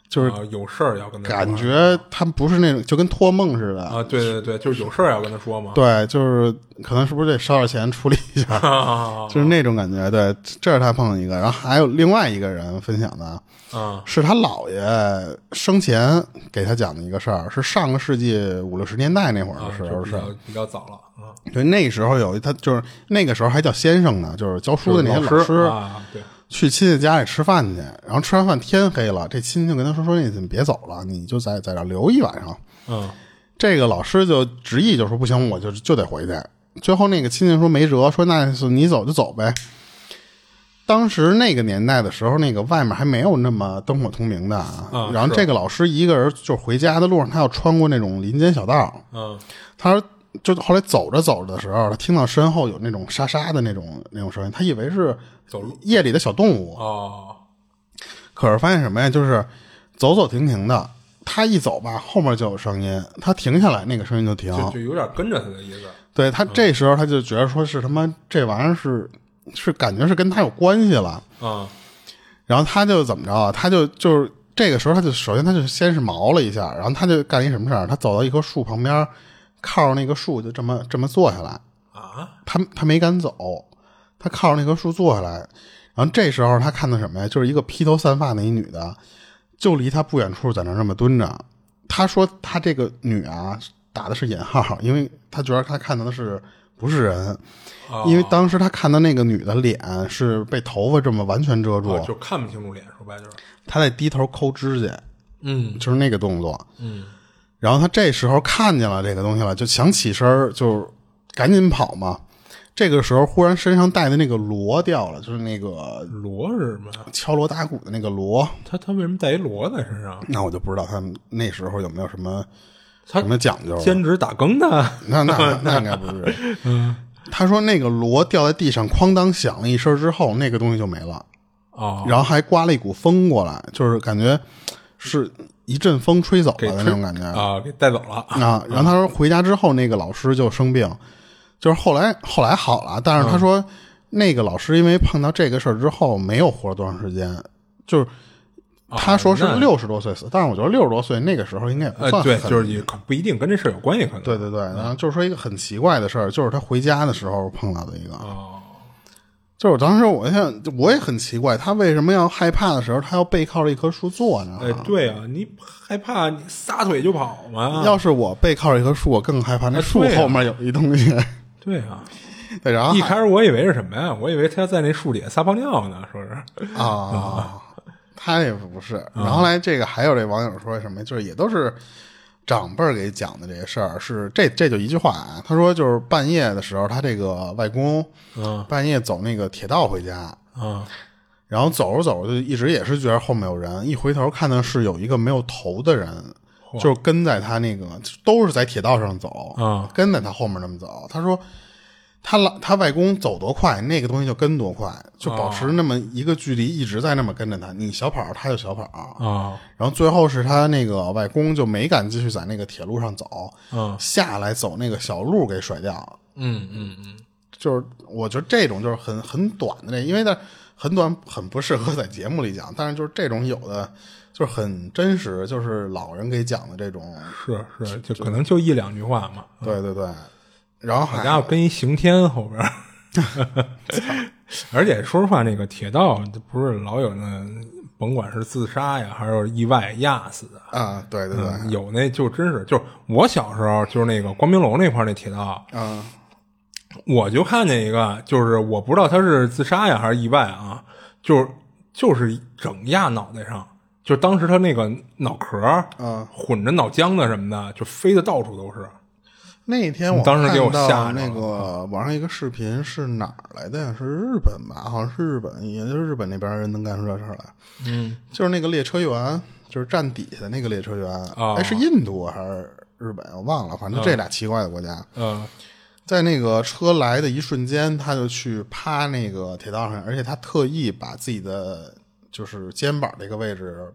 Speaker 1: 就是
Speaker 2: 啊，有事儿要跟他说
Speaker 1: 感觉他不是那种就跟托梦似的？
Speaker 2: 啊，对对对，就是有事儿要跟他说嘛。
Speaker 1: 对，就是可能是不是得烧点钱处理一下？
Speaker 2: 啊
Speaker 1: 就是那种感觉。对，这是他碰到一个，然后还有另外一个人分享的，
Speaker 2: 啊
Speaker 1: 是他姥爷生前给他讲的一个事儿，是上个世纪五六十年代那会儿
Speaker 2: 啊，
Speaker 1: 的时
Speaker 2: 就
Speaker 1: 候
Speaker 2: 比
Speaker 1: 是，
Speaker 2: 较比较早了啊。
Speaker 1: 对，那时候有一他就是那个时候还叫先生呢，就是教书的那些
Speaker 2: 老
Speaker 1: 老师，
Speaker 2: 啊，对
Speaker 1: 去亲戚家里吃饭去，然后吃完饭天黑了，这亲戚就跟他说说你怎么别走了，你就在在这儿留一晚上。
Speaker 2: 嗯
Speaker 1: 这个老师就执意就说不行，我就就得回去。最后那个亲戚说没辙，说那是你走就走呗。当时那个年代的时候，那个外面还没有那么灯火通明的啊。
Speaker 2: 啊
Speaker 1: 然后
Speaker 2: 是
Speaker 1: 这个老师一个人就回家的路上，他要穿过那种林间小道。
Speaker 2: 嗯
Speaker 1: 他说就后来走着走着的时候，他听到身后有那种沙沙的那种那种声音，他以为是
Speaker 2: 走路
Speaker 1: 夜里的小动物。
Speaker 2: 哦
Speaker 1: 可是发现什么呀？就是走走停停的，他一走吧，后面就有声音；他停下来，那个声音就停。
Speaker 2: 就就有点跟着他的意思。
Speaker 1: 对他这时候他就觉得说是他妈这玩意儿是是感觉是跟他有关系了。
Speaker 2: 啊
Speaker 1: 然后他就怎么着啊？他就就是这个时候他就首先他就先是毛了一下，然后他就干了一什么事儿？他走到一棵树旁边，靠着那棵树就这么这么坐下来。
Speaker 2: 啊
Speaker 1: 他他没敢走，他靠着那棵树坐下来。然后这时候他看到什么呀？就是一个披头散发的一女的，就离他不远处，在那儿那么蹲着。他说他这个女啊，打的是引号，因为他觉得他看到的是不是人，
Speaker 2: 啊！
Speaker 1: 因为当时他看到那个女的脸是被头发这么完全遮住，
Speaker 2: 啊就看不清楚脸，说白就是
Speaker 1: 他在低头抠指甲，
Speaker 2: 嗯
Speaker 1: 就是那个动作。
Speaker 2: 嗯
Speaker 1: 然后他这时候看见了这个东西了，就想起身儿，就赶紧跑嘛。这个时候，忽然身上带的那个锣掉了，就是那个
Speaker 2: 锣是什么呀？
Speaker 1: 敲锣打鼓的那个锣。
Speaker 2: 他他为什么带一锣在身上？
Speaker 1: 那我就不知道他们那时候有没有什么
Speaker 2: 他
Speaker 1: 什么讲究了。
Speaker 2: 兼职打更的
Speaker 1: 那那那那应该不是。他说那个锣掉在地上，哐当响了一声之后，那个东西就没了，
Speaker 2: 哦，
Speaker 1: 然后还刮了一股风过来，就是感觉是一阵风吹走了
Speaker 2: 啊给
Speaker 1: 的
Speaker 2: 吹
Speaker 1: 那种感觉。
Speaker 2: 啊，给带走了。
Speaker 1: 啊，然后他说回家之后，那个老师就生病，就是后来后来好了，但是他
Speaker 2: 啊
Speaker 1: 说、那个老师因为碰到这个事儿之后没有活多长时间，就是他说是
Speaker 2: 哦那
Speaker 1: 六十多岁死，但是我觉得六十多岁那个时候应该也不
Speaker 2: 呃
Speaker 1: 算，很、
Speaker 2: 对，就是嗯也可不一定跟这事儿有关系，可能
Speaker 1: 对对对，然后就是说一个很奇怪的事儿，就是他回家的时候碰到的一个，
Speaker 2: 哦，
Speaker 1: 就是我当时我想我也很奇怪，他为什么要害怕的时候，他要背靠着一棵树坐呢？
Speaker 2: 哎，对啊，你害怕你撒腿就跑嘛，
Speaker 1: 要是我背靠着一棵树，我更害怕那
Speaker 2: 啊哎
Speaker 1: 树
Speaker 2: 对啊
Speaker 1: 后面有一东西。
Speaker 2: 对啊，
Speaker 1: 对，然后
Speaker 2: 一
Speaker 1: 还
Speaker 2: 开始我以为是什么呀？我以为他在那树底下撒泡尿呢，说是
Speaker 1: 啊，他也不是。然后后来这个还有这网友说什么，就是也都是长辈儿给讲的这些事儿，是这这就一句话啊，他说就是半夜的时候，他这个外公
Speaker 2: 嗯
Speaker 1: 半夜走那个铁道回家，
Speaker 2: 嗯
Speaker 1: 然后走着走着就一直也是觉得后面有人，一回头看到是有一个没有头的人，就是跟在他那个都是在铁道上走，
Speaker 2: 嗯
Speaker 1: 跟在他后面那么走。他说他老他外公走多快，那个东西就跟多快，就保持那么一个距离，一直在那么跟着他。你小跑，他就小跑。
Speaker 2: 啊
Speaker 1: 然后最后是他那个外公就没敢继续在那个铁路上走，
Speaker 2: 嗯
Speaker 1: 下来走那个小路给甩掉了。
Speaker 2: 嗯嗯嗯，
Speaker 1: 就是我觉得这种就是很很短的那，因为它很短，很不适合在节目里讲。但是就是这种有的就是很真实，就是老人给讲的这种，
Speaker 2: 是是，就可能就一两句话嘛。
Speaker 1: 对对对。然后
Speaker 2: 嗯好
Speaker 1: 还
Speaker 2: 家伙，跟一刑天后边儿， 而且说实话，那个铁道不是老有那，甭管是自杀呀，还是意外压死的，
Speaker 1: 啊，对对对，
Speaker 2: 嗯有那就真是，就是我小时候就是那个光明楼那块儿那铁道，
Speaker 1: 嗯
Speaker 2: 我就看见一个，就是我不知道他是自杀呀还是意外啊，就是就是整压脑袋上，就当时他那个脑壳儿
Speaker 1: 嗯
Speaker 2: 混着脑浆子什么的，就飞的到处都是。
Speaker 1: 那天我
Speaker 2: 当时给我
Speaker 1: 看到
Speaker 2: 吓着了嗯
Speaker 1: 那个网上一个视频是哪儿来的呀？是日本吧？好像是日本，也就是日本那边人能干出这事儿来。
Speaker 2: 嗯，
Speaker 1: 就是那个列车员，就是站底下的那个列车员，哎、
Speaker 2: 哦嗯
Speaker 1: 是印度还是日本？我忘了，反正这俩奇怪的国家。
Speaker 2: 呃，
Speaker 1: 在那个车来的一瞬间，他就去趴那个铁道上，而且他特意把自己的就是肩膀这个位置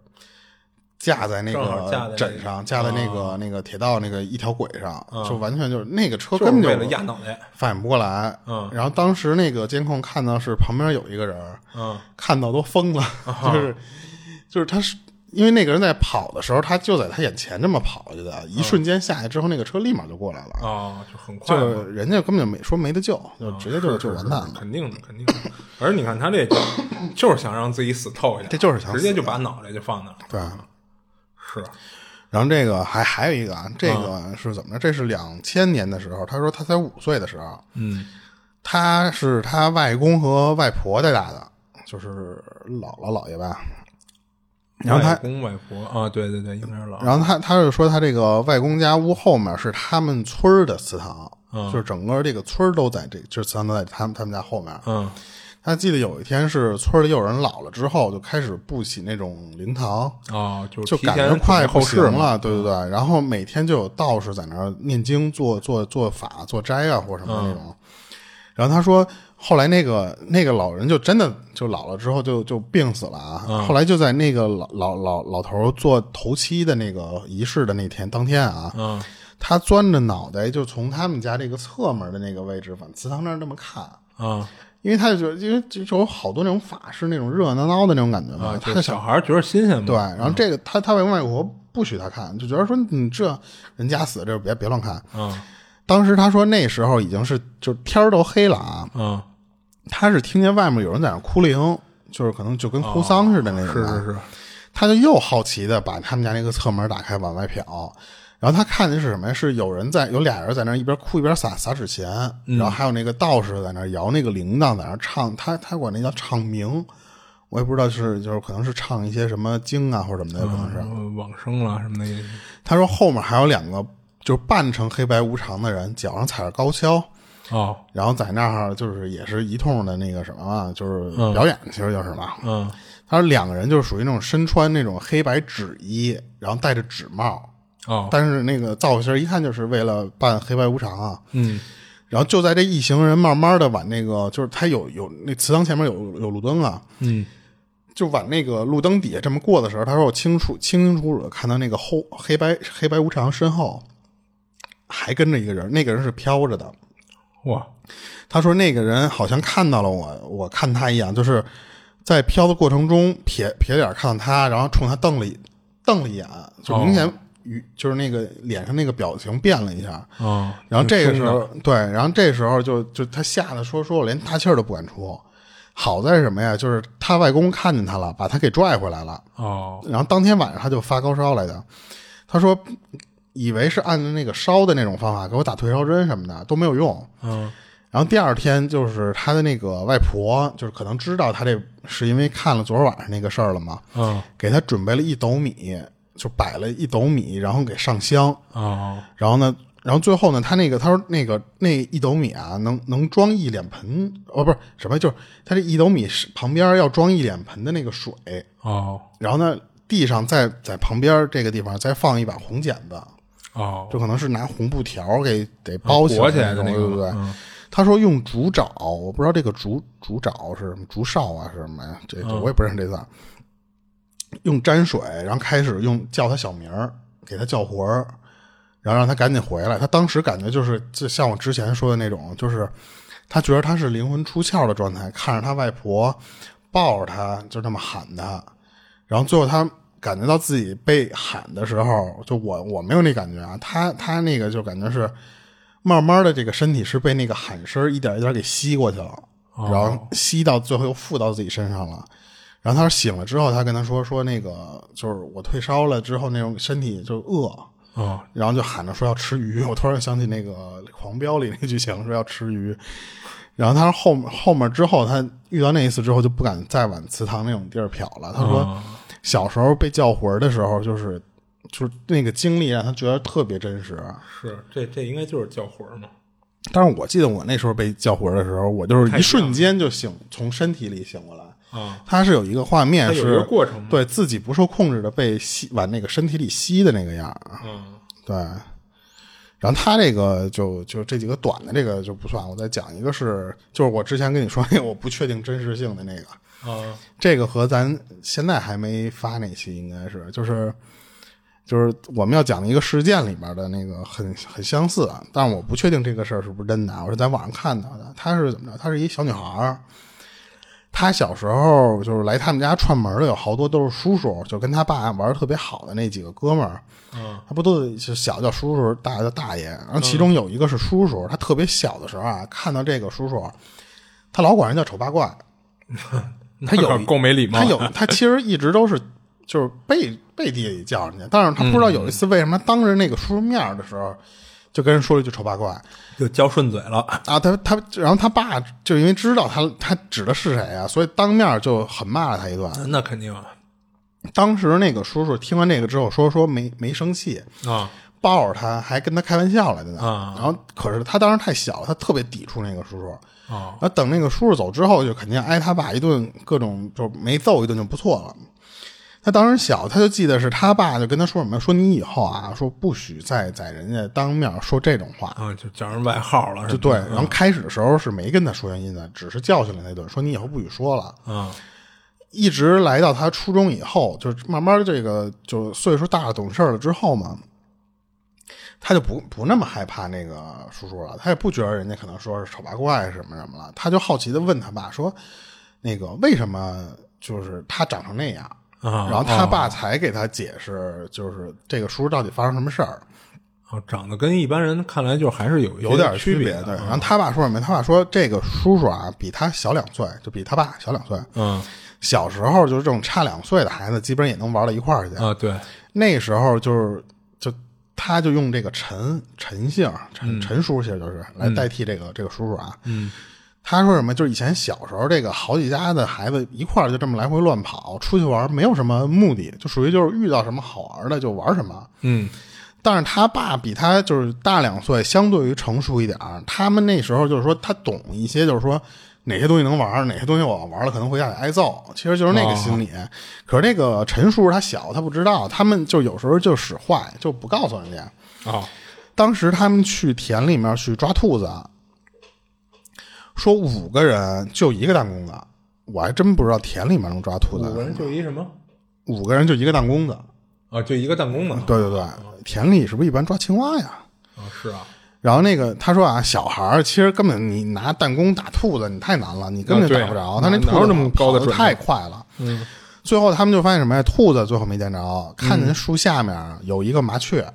Speaker 1: 架在那
Speaker 2: 正好架在
Speaker 1: 个
Speaker 2: 那个啊
Speaker 1: 枕上，架在那个、那个铁道那个一条轨上，就完全就是那个车
Speaker 2: 就是
Speaker 1: 根本
Speaker 2: 为了
Speaker 1: 就
Speaker 2: 压脑袋。
Speaker 1: 反应不过来。
Speaker 2: 嗯
Speaker 1: 然后当时那个监控看到是旁边有一个人，
Speaker 2: 嗯
Speaker 1: 看到都疯了，
Speaker 2: 啊
Speaker 1: 就是就是他是。因为那个人在跑的时候，他就在他眼前这么跑就
Speaker 2: 啊
Speaker 1: 在一瞬间下去之后，那个车立马就过来了。
Speaker 2: 哦，就很快嘛，啊
Speaker 1: 就人家根本就没说没得救，就直接啊就是就完蛋了。
Speaker 2: 肯定的，肯定的。而你看他这就 就是想让自己死透一下，
Speaker 1: 这就是想死
Speaker 2: 直接就把脑袋就放那儿。
Speaker 1: 对，
Speaker 2: 是，
Speaker 1: 然后这个还还有一个啊，这个是怎么着？这是两千年的时候，他说他才五岁的时候，
Speaker 2: 嗯
Speaker 1: 他是他外公和外婆带大的，就是姥姥姥爷吧。然后他
Speaker 2: 外公外婆啊，对对对，应该是老
Speaker 1: 然后他他就说他这个外公家屋后面是他们村儿的祠堂，就是整个这个村儿都在这，就是祠堂都在他们他们家后面。
Speaker 2: 嗯
Speaker 1: 他记得有一天是村儿里有人老了之后，就开始布起那种灵堂，
Speaker 2: 哦，就
Speaker 1: 就
Speaker 2: 提
Speaker 1: 感
Speaker 2: 前
Speaker 1: 觉快
Speaker 2: 准备
Speaker 1: 不
Speaker 2: 后
Speaker 1: 行
Speaker 2: 事嘛。嗯
Speaker 1: 了，对对对。然后每天就有道士在那儿念经、做做做法、做斋啊，或什
Speaker 2: 嗯
Speaker 1: 么那种。然后他说，后来那个那个老人就真的就老了之后就就病死了啊。
Speaker 2: 嗯
Speaker 1: 后来就在那个老老老老头做头七的那个仪式的那天当天啊，
Speaker 2: 嗯
Speaker 1: 他钻着脑袋就从他们家这个侧门的那个位置往祠堂那儿这么看。
Speaker 2: 啊
Speaker 1: 因为他就觉得，因为就就有好多那种法事那种热热闹闹的那种感觉嘛，
Speaker 2: 啊，
Speaker 1: 他
Speaker 2: 就
Speaker 1: 就是
Speaker 2: 小孩儿觉得新鲜嘛。
Speaker 1: 对，然后这个他他为外国不许他看，就觉得说你这人家死这别别乱看。
Speaker 2: 嗯
Speaker 1: 当时他说那时候已经是就天儿都黑了啊，
Speaker 2: 嗯，
Speaker 1: 他是听见外面有人在那哭灵，就是可能就跟哭丧似的那种
Speaker 2: 哦是
Speaker 1: 的。
Speaker 2: 是是，
Speaker 1: 他就又好奇的把他们家那个侧门打开往外瞟，然后他看见是什么呀？是有人在有俩人在那儿一边哭一边撒撒纸钱，
Speaker 2: 嗯
Speaker 1: 然后还有那个道士在那儿摇那个铃铛，在那儿唱，他他管那叫唱名。我也不知道是就是可能是唱一些什么经啊或者什么的，可能是。
Speaker 2: 嗯往生了什么的也，
Speaker 1: 他说后面还有两个就是扮成黑白无常的人，脚上踩着高跷，
Speaker 2: 哦
Speaker 1: 然后在那儿就是也是一通的那个什么嘛，就是表演，其实就是嘛。
Speaker 2: 嗯
Speaker 1: 他说两个人就是属于那种身穿那种黑白纸衣，然后戴着纸帽，
Speaker 2: 哦
Speaker 1: 但是那个造型一看就是为了扮黑白无常啊。
Speaker 2: 嗯
Speaker 1: 然后就在这一行人慢慢的往那个，就是他有有那祠堂前面有有路灯啊，
Speaker 2: 嗯
Speaker 1: 就往那个路灯底下这么过的时候，他说我清楚清清楚楚的看到那个后黑白黑白无常身后还跟着一个人，那个人是飘着的，
Speaker 2: 哇，
Speaker 1: 他说那个人好像看到了我，我看他一样，就是在飘的过程中撇撇脸看到他，然后冲他瞪了一瞪了一眼，就明显与、就是那个脸上那个表情变了一下。
Speaker 2: 啊，
Speaker 1: 然后这个时候，对，然后这时候就就他吓得说说我连大气儿都不敢出。好在什么呀？就是他外公看见他了，把他给拽回来了。
Speaker 2: 哦，
Speaker 1: 然后当天晚上他就发高烧来的，他说以为是按那个烧的那种方法给我打退烧针什么的都没有用。
Speaker 2: 嗯，
Speaker 1: 然后第二天就是他的那个外婆，就是可能知道他这是因为看了昨儿晚上那个事儿了嘛，
Speaker 2: 嗯，
Speaker 1: 给他准备了一斗米，就摆了一斗米，然后给上香。
Speaker 2: 哦，
Speaker 1: 然后呢，然后最后呢，他那个他说那个那一斗米啊，能能装一脸盆哦，不是什么，就是他这一斗米是旁边要装一脸盆的那个水。
Speaker 2: 哦，
Speaker 1: 然后呢，地上再在旁边这个地方再放一把红剪子，
Speaker 2: 哦，
Speaker 1: 就可能是拿红布条给得包起来,、
Speaker 2: 裹起来的
Speaker 1: 那
Speaker 2: 那
Speaker 1: 种，
Speaker 2: 个
Speaker 1: 对不对？
Speaker 2: 嗯
Speaker 1: 他说用竹爪，我不知道这个竹竹爪是什么，竹哨啊是什么呀？这这我也不认识这字儿。用沾水，然后开始用叫他小名儿，给他叫魂儿，然后让他赶紧回来。他当时感觉就是，就像我之前说的那种，就是他觉得他是灵魂出窍的状态，看着他外婆抱着他，就这么喊他，然后最后他感觉到自己被喊的时候，就我我没有那感觉啊，他他那个就感觉是慢慢的这个身体是被那个喊声一点一点给吸过去了，然后吸到最后又附到自己身上了。然后他说醒了之后，他跟他说说那个就是我退烧了之后那种身体就饿，
Speaker 2: 哦，
Speaker 1: 然后就喊着说要吃鱼。 我突然想起那个《狂飙》里那剧情说要吃鱼。然后他说后后面之后，他遇到那一次之后就不敢再往祠堂那种地儿瞟了。他说小时候被叫魂儿的时候，就是就是那个经历让他觉得特别真实。
Speaker 2: 是这这应该就是叫魂儿嘛，
Speaker 1: 但是我记得我那时候被叫魂儿的时候，我就是一瞬间就醒，从身体里醒过来。
Speaker 2: 啊，
Speaker 1: 它是有一个画面
Speaker 2: 它有一
Speaker 1: 哎是
Speaker 2: 个过程嘛
Speaker 1: 对自己不受控制的被吸往那个身体里吸的那个样儿。啊
Speaker 2: 嗯，
Speaker 1: 对，然后他这个就就这几个短的这个就不算，我再讲一个是，就是我之前跟你说那个我不确定真实性的那个，
Speaker 2: 啊，
Speaker 1: 这个和咱现在还没发那期应该是就是就是我们要讲的一个事件里边的那个很很相似啊，但是我不确定这个事儿是不是真的啊，我是在网上看到的。她是怎么着？她是一小女孩儿，她小时候就是来他们家串门的，有好多都是叔叔，就跟她爸玩的特别好的那几个哥们儿，
Speaker 2: 嗯，
Speaker 1: 他不都得就小叫叔叔，大叫大爷，然后其中有一个是叔叔，他特别小的时候啊，看到这个叔叔，他老管人叫丑八怪。他有
Speaker 2: 那 可够没礼貌，
Speaker 1: 他有他其实一直都是就是背背地里叫人家，但是他不知道有一次为什么当着那个叔叔面儿的时候，就跟人说了一句丑八怪
Speaker 2: 就叫顺嘴了，
Speaker 1: 啊，他他然后他爸就因为知道他他指的是谁啊，所以当面就狠骂了他一顿。
Speaker 2: 那肯定啊，
Speaker 1: 当时那个叔叔听完这个之后说说没没生气，
Speaker 2: 啊，
Speaker 1: 抱着他还跟他开玩笑来的呢。
Speaker 2: 啊
Speaker 1: 然后可是他当时太小了，他特别抵触那个叔叔。
Speaker 2: 哦
Speaker 1: 然后等那个叔叔走之后，就肯定挨他爸一顿各种，就没揍一顿就不错了。他当时小，他就记得是他爸就跟他说什么，说你以后啊，说不许再在人家当面说这种话。
Speaker 2: 啊，就叫人外号了，
Speaker 1: 就是
Speaker 2: 吧
Speaker 1: 对，然后开始的时候是没跟他说原因的，只是教训了他一顿，说你以后不许说了。
Speaker 2: 啊，
Speaker 1: 一直来到他初中以后，就是慢慢这个就岁数大了懂事儿了之后嘛，他就不不那么害怕那个叔叔了，他也不觉得人家可能说是丑八怪什么什么了，他就好奇的问他爸说，那个为什么就是他长成那样？
Speaker 2: 啊
Speaker 1: 然后他爸才给他解释，就是这个叔叔到底发生什么事儿。
Speaker 2: 哦，长得跟一般人看来就还是有
Speaker 1: 有点
Speaker 2: 点
Speaker 1: 区
Speaker 2: 别
Speaker 1: 别。对，
Speaker 2: 的，
Speaker 1: 然后他爸说什么？他爸说这个叔叔啊，比他小两岁，就比他爸小两岁。
Speaker 2: 嗯
Speaker 1: 小时候就是这种差两岁的孩子，基本也能玩到一块儿去。
Speaker 2: 啊，对，
Speaker 1: 那时候就是就他就用这个陈陈姓陈陈叔，其实就是来代替这个、这个叔叔啊。嗯，他说什么？就是以前小时候这个好几家的孩子一块儿就这么来回乱跑，出去玩没有什么目的，就属于就是遇到什么好玩的就玩什么。
Speaker 2: 嗯
Speaker 1: 但是他爸比他就是大两岁，相对于成熟一点儿。他们那时候就是说，他懂一些，就是说哪些东西能玩儿，哪些东西我玩了可能回家得挨揍，其实就是那
Speaker 2: 哦
Speaker 1: 个心理。可是那个陈叔叔他小，他不知道，他们就有时候就使坏，就不告诉人家。
Speaker 2: 哦
Speaker 1: 当时他们去田里面去抓兔子，说五个人就一个弹弓子，我还真不知道田里面能抓兔
Speaker 2: 五个
Speaker 1: 子，
Speaker 2: 人就一什么
Speaker 1: 五个人就一个弹弓子。
Speaker 2: 啊，就一个弹弓嘛，
Speaker 1: 对对对，田里是不是一般抓青蛙呀？
Speaker 2: 啊，是啊，
Speaker 1: 然后那个他说啊，小孩儿其实根本你拿弹弓打兔子，你太难了，你根本就
Speaker 2: 啊对
Speaker 1: 打不着。他那
Speaker 2: 哪
Speaker 1: 兔
Speaker 2: 哪
Speaker 1: 子
Speaker 2: 有那么高
Speaker 1: 跑
Speaker 2: 的
Speaker 1: 得
Speaker 2: 准嗯
Speaker 1: 太
Speaker 2: 备
Speaker 1: 快了。最后他们就发现什么呀？兔子最后没见着，看见树下面有一个麻雀，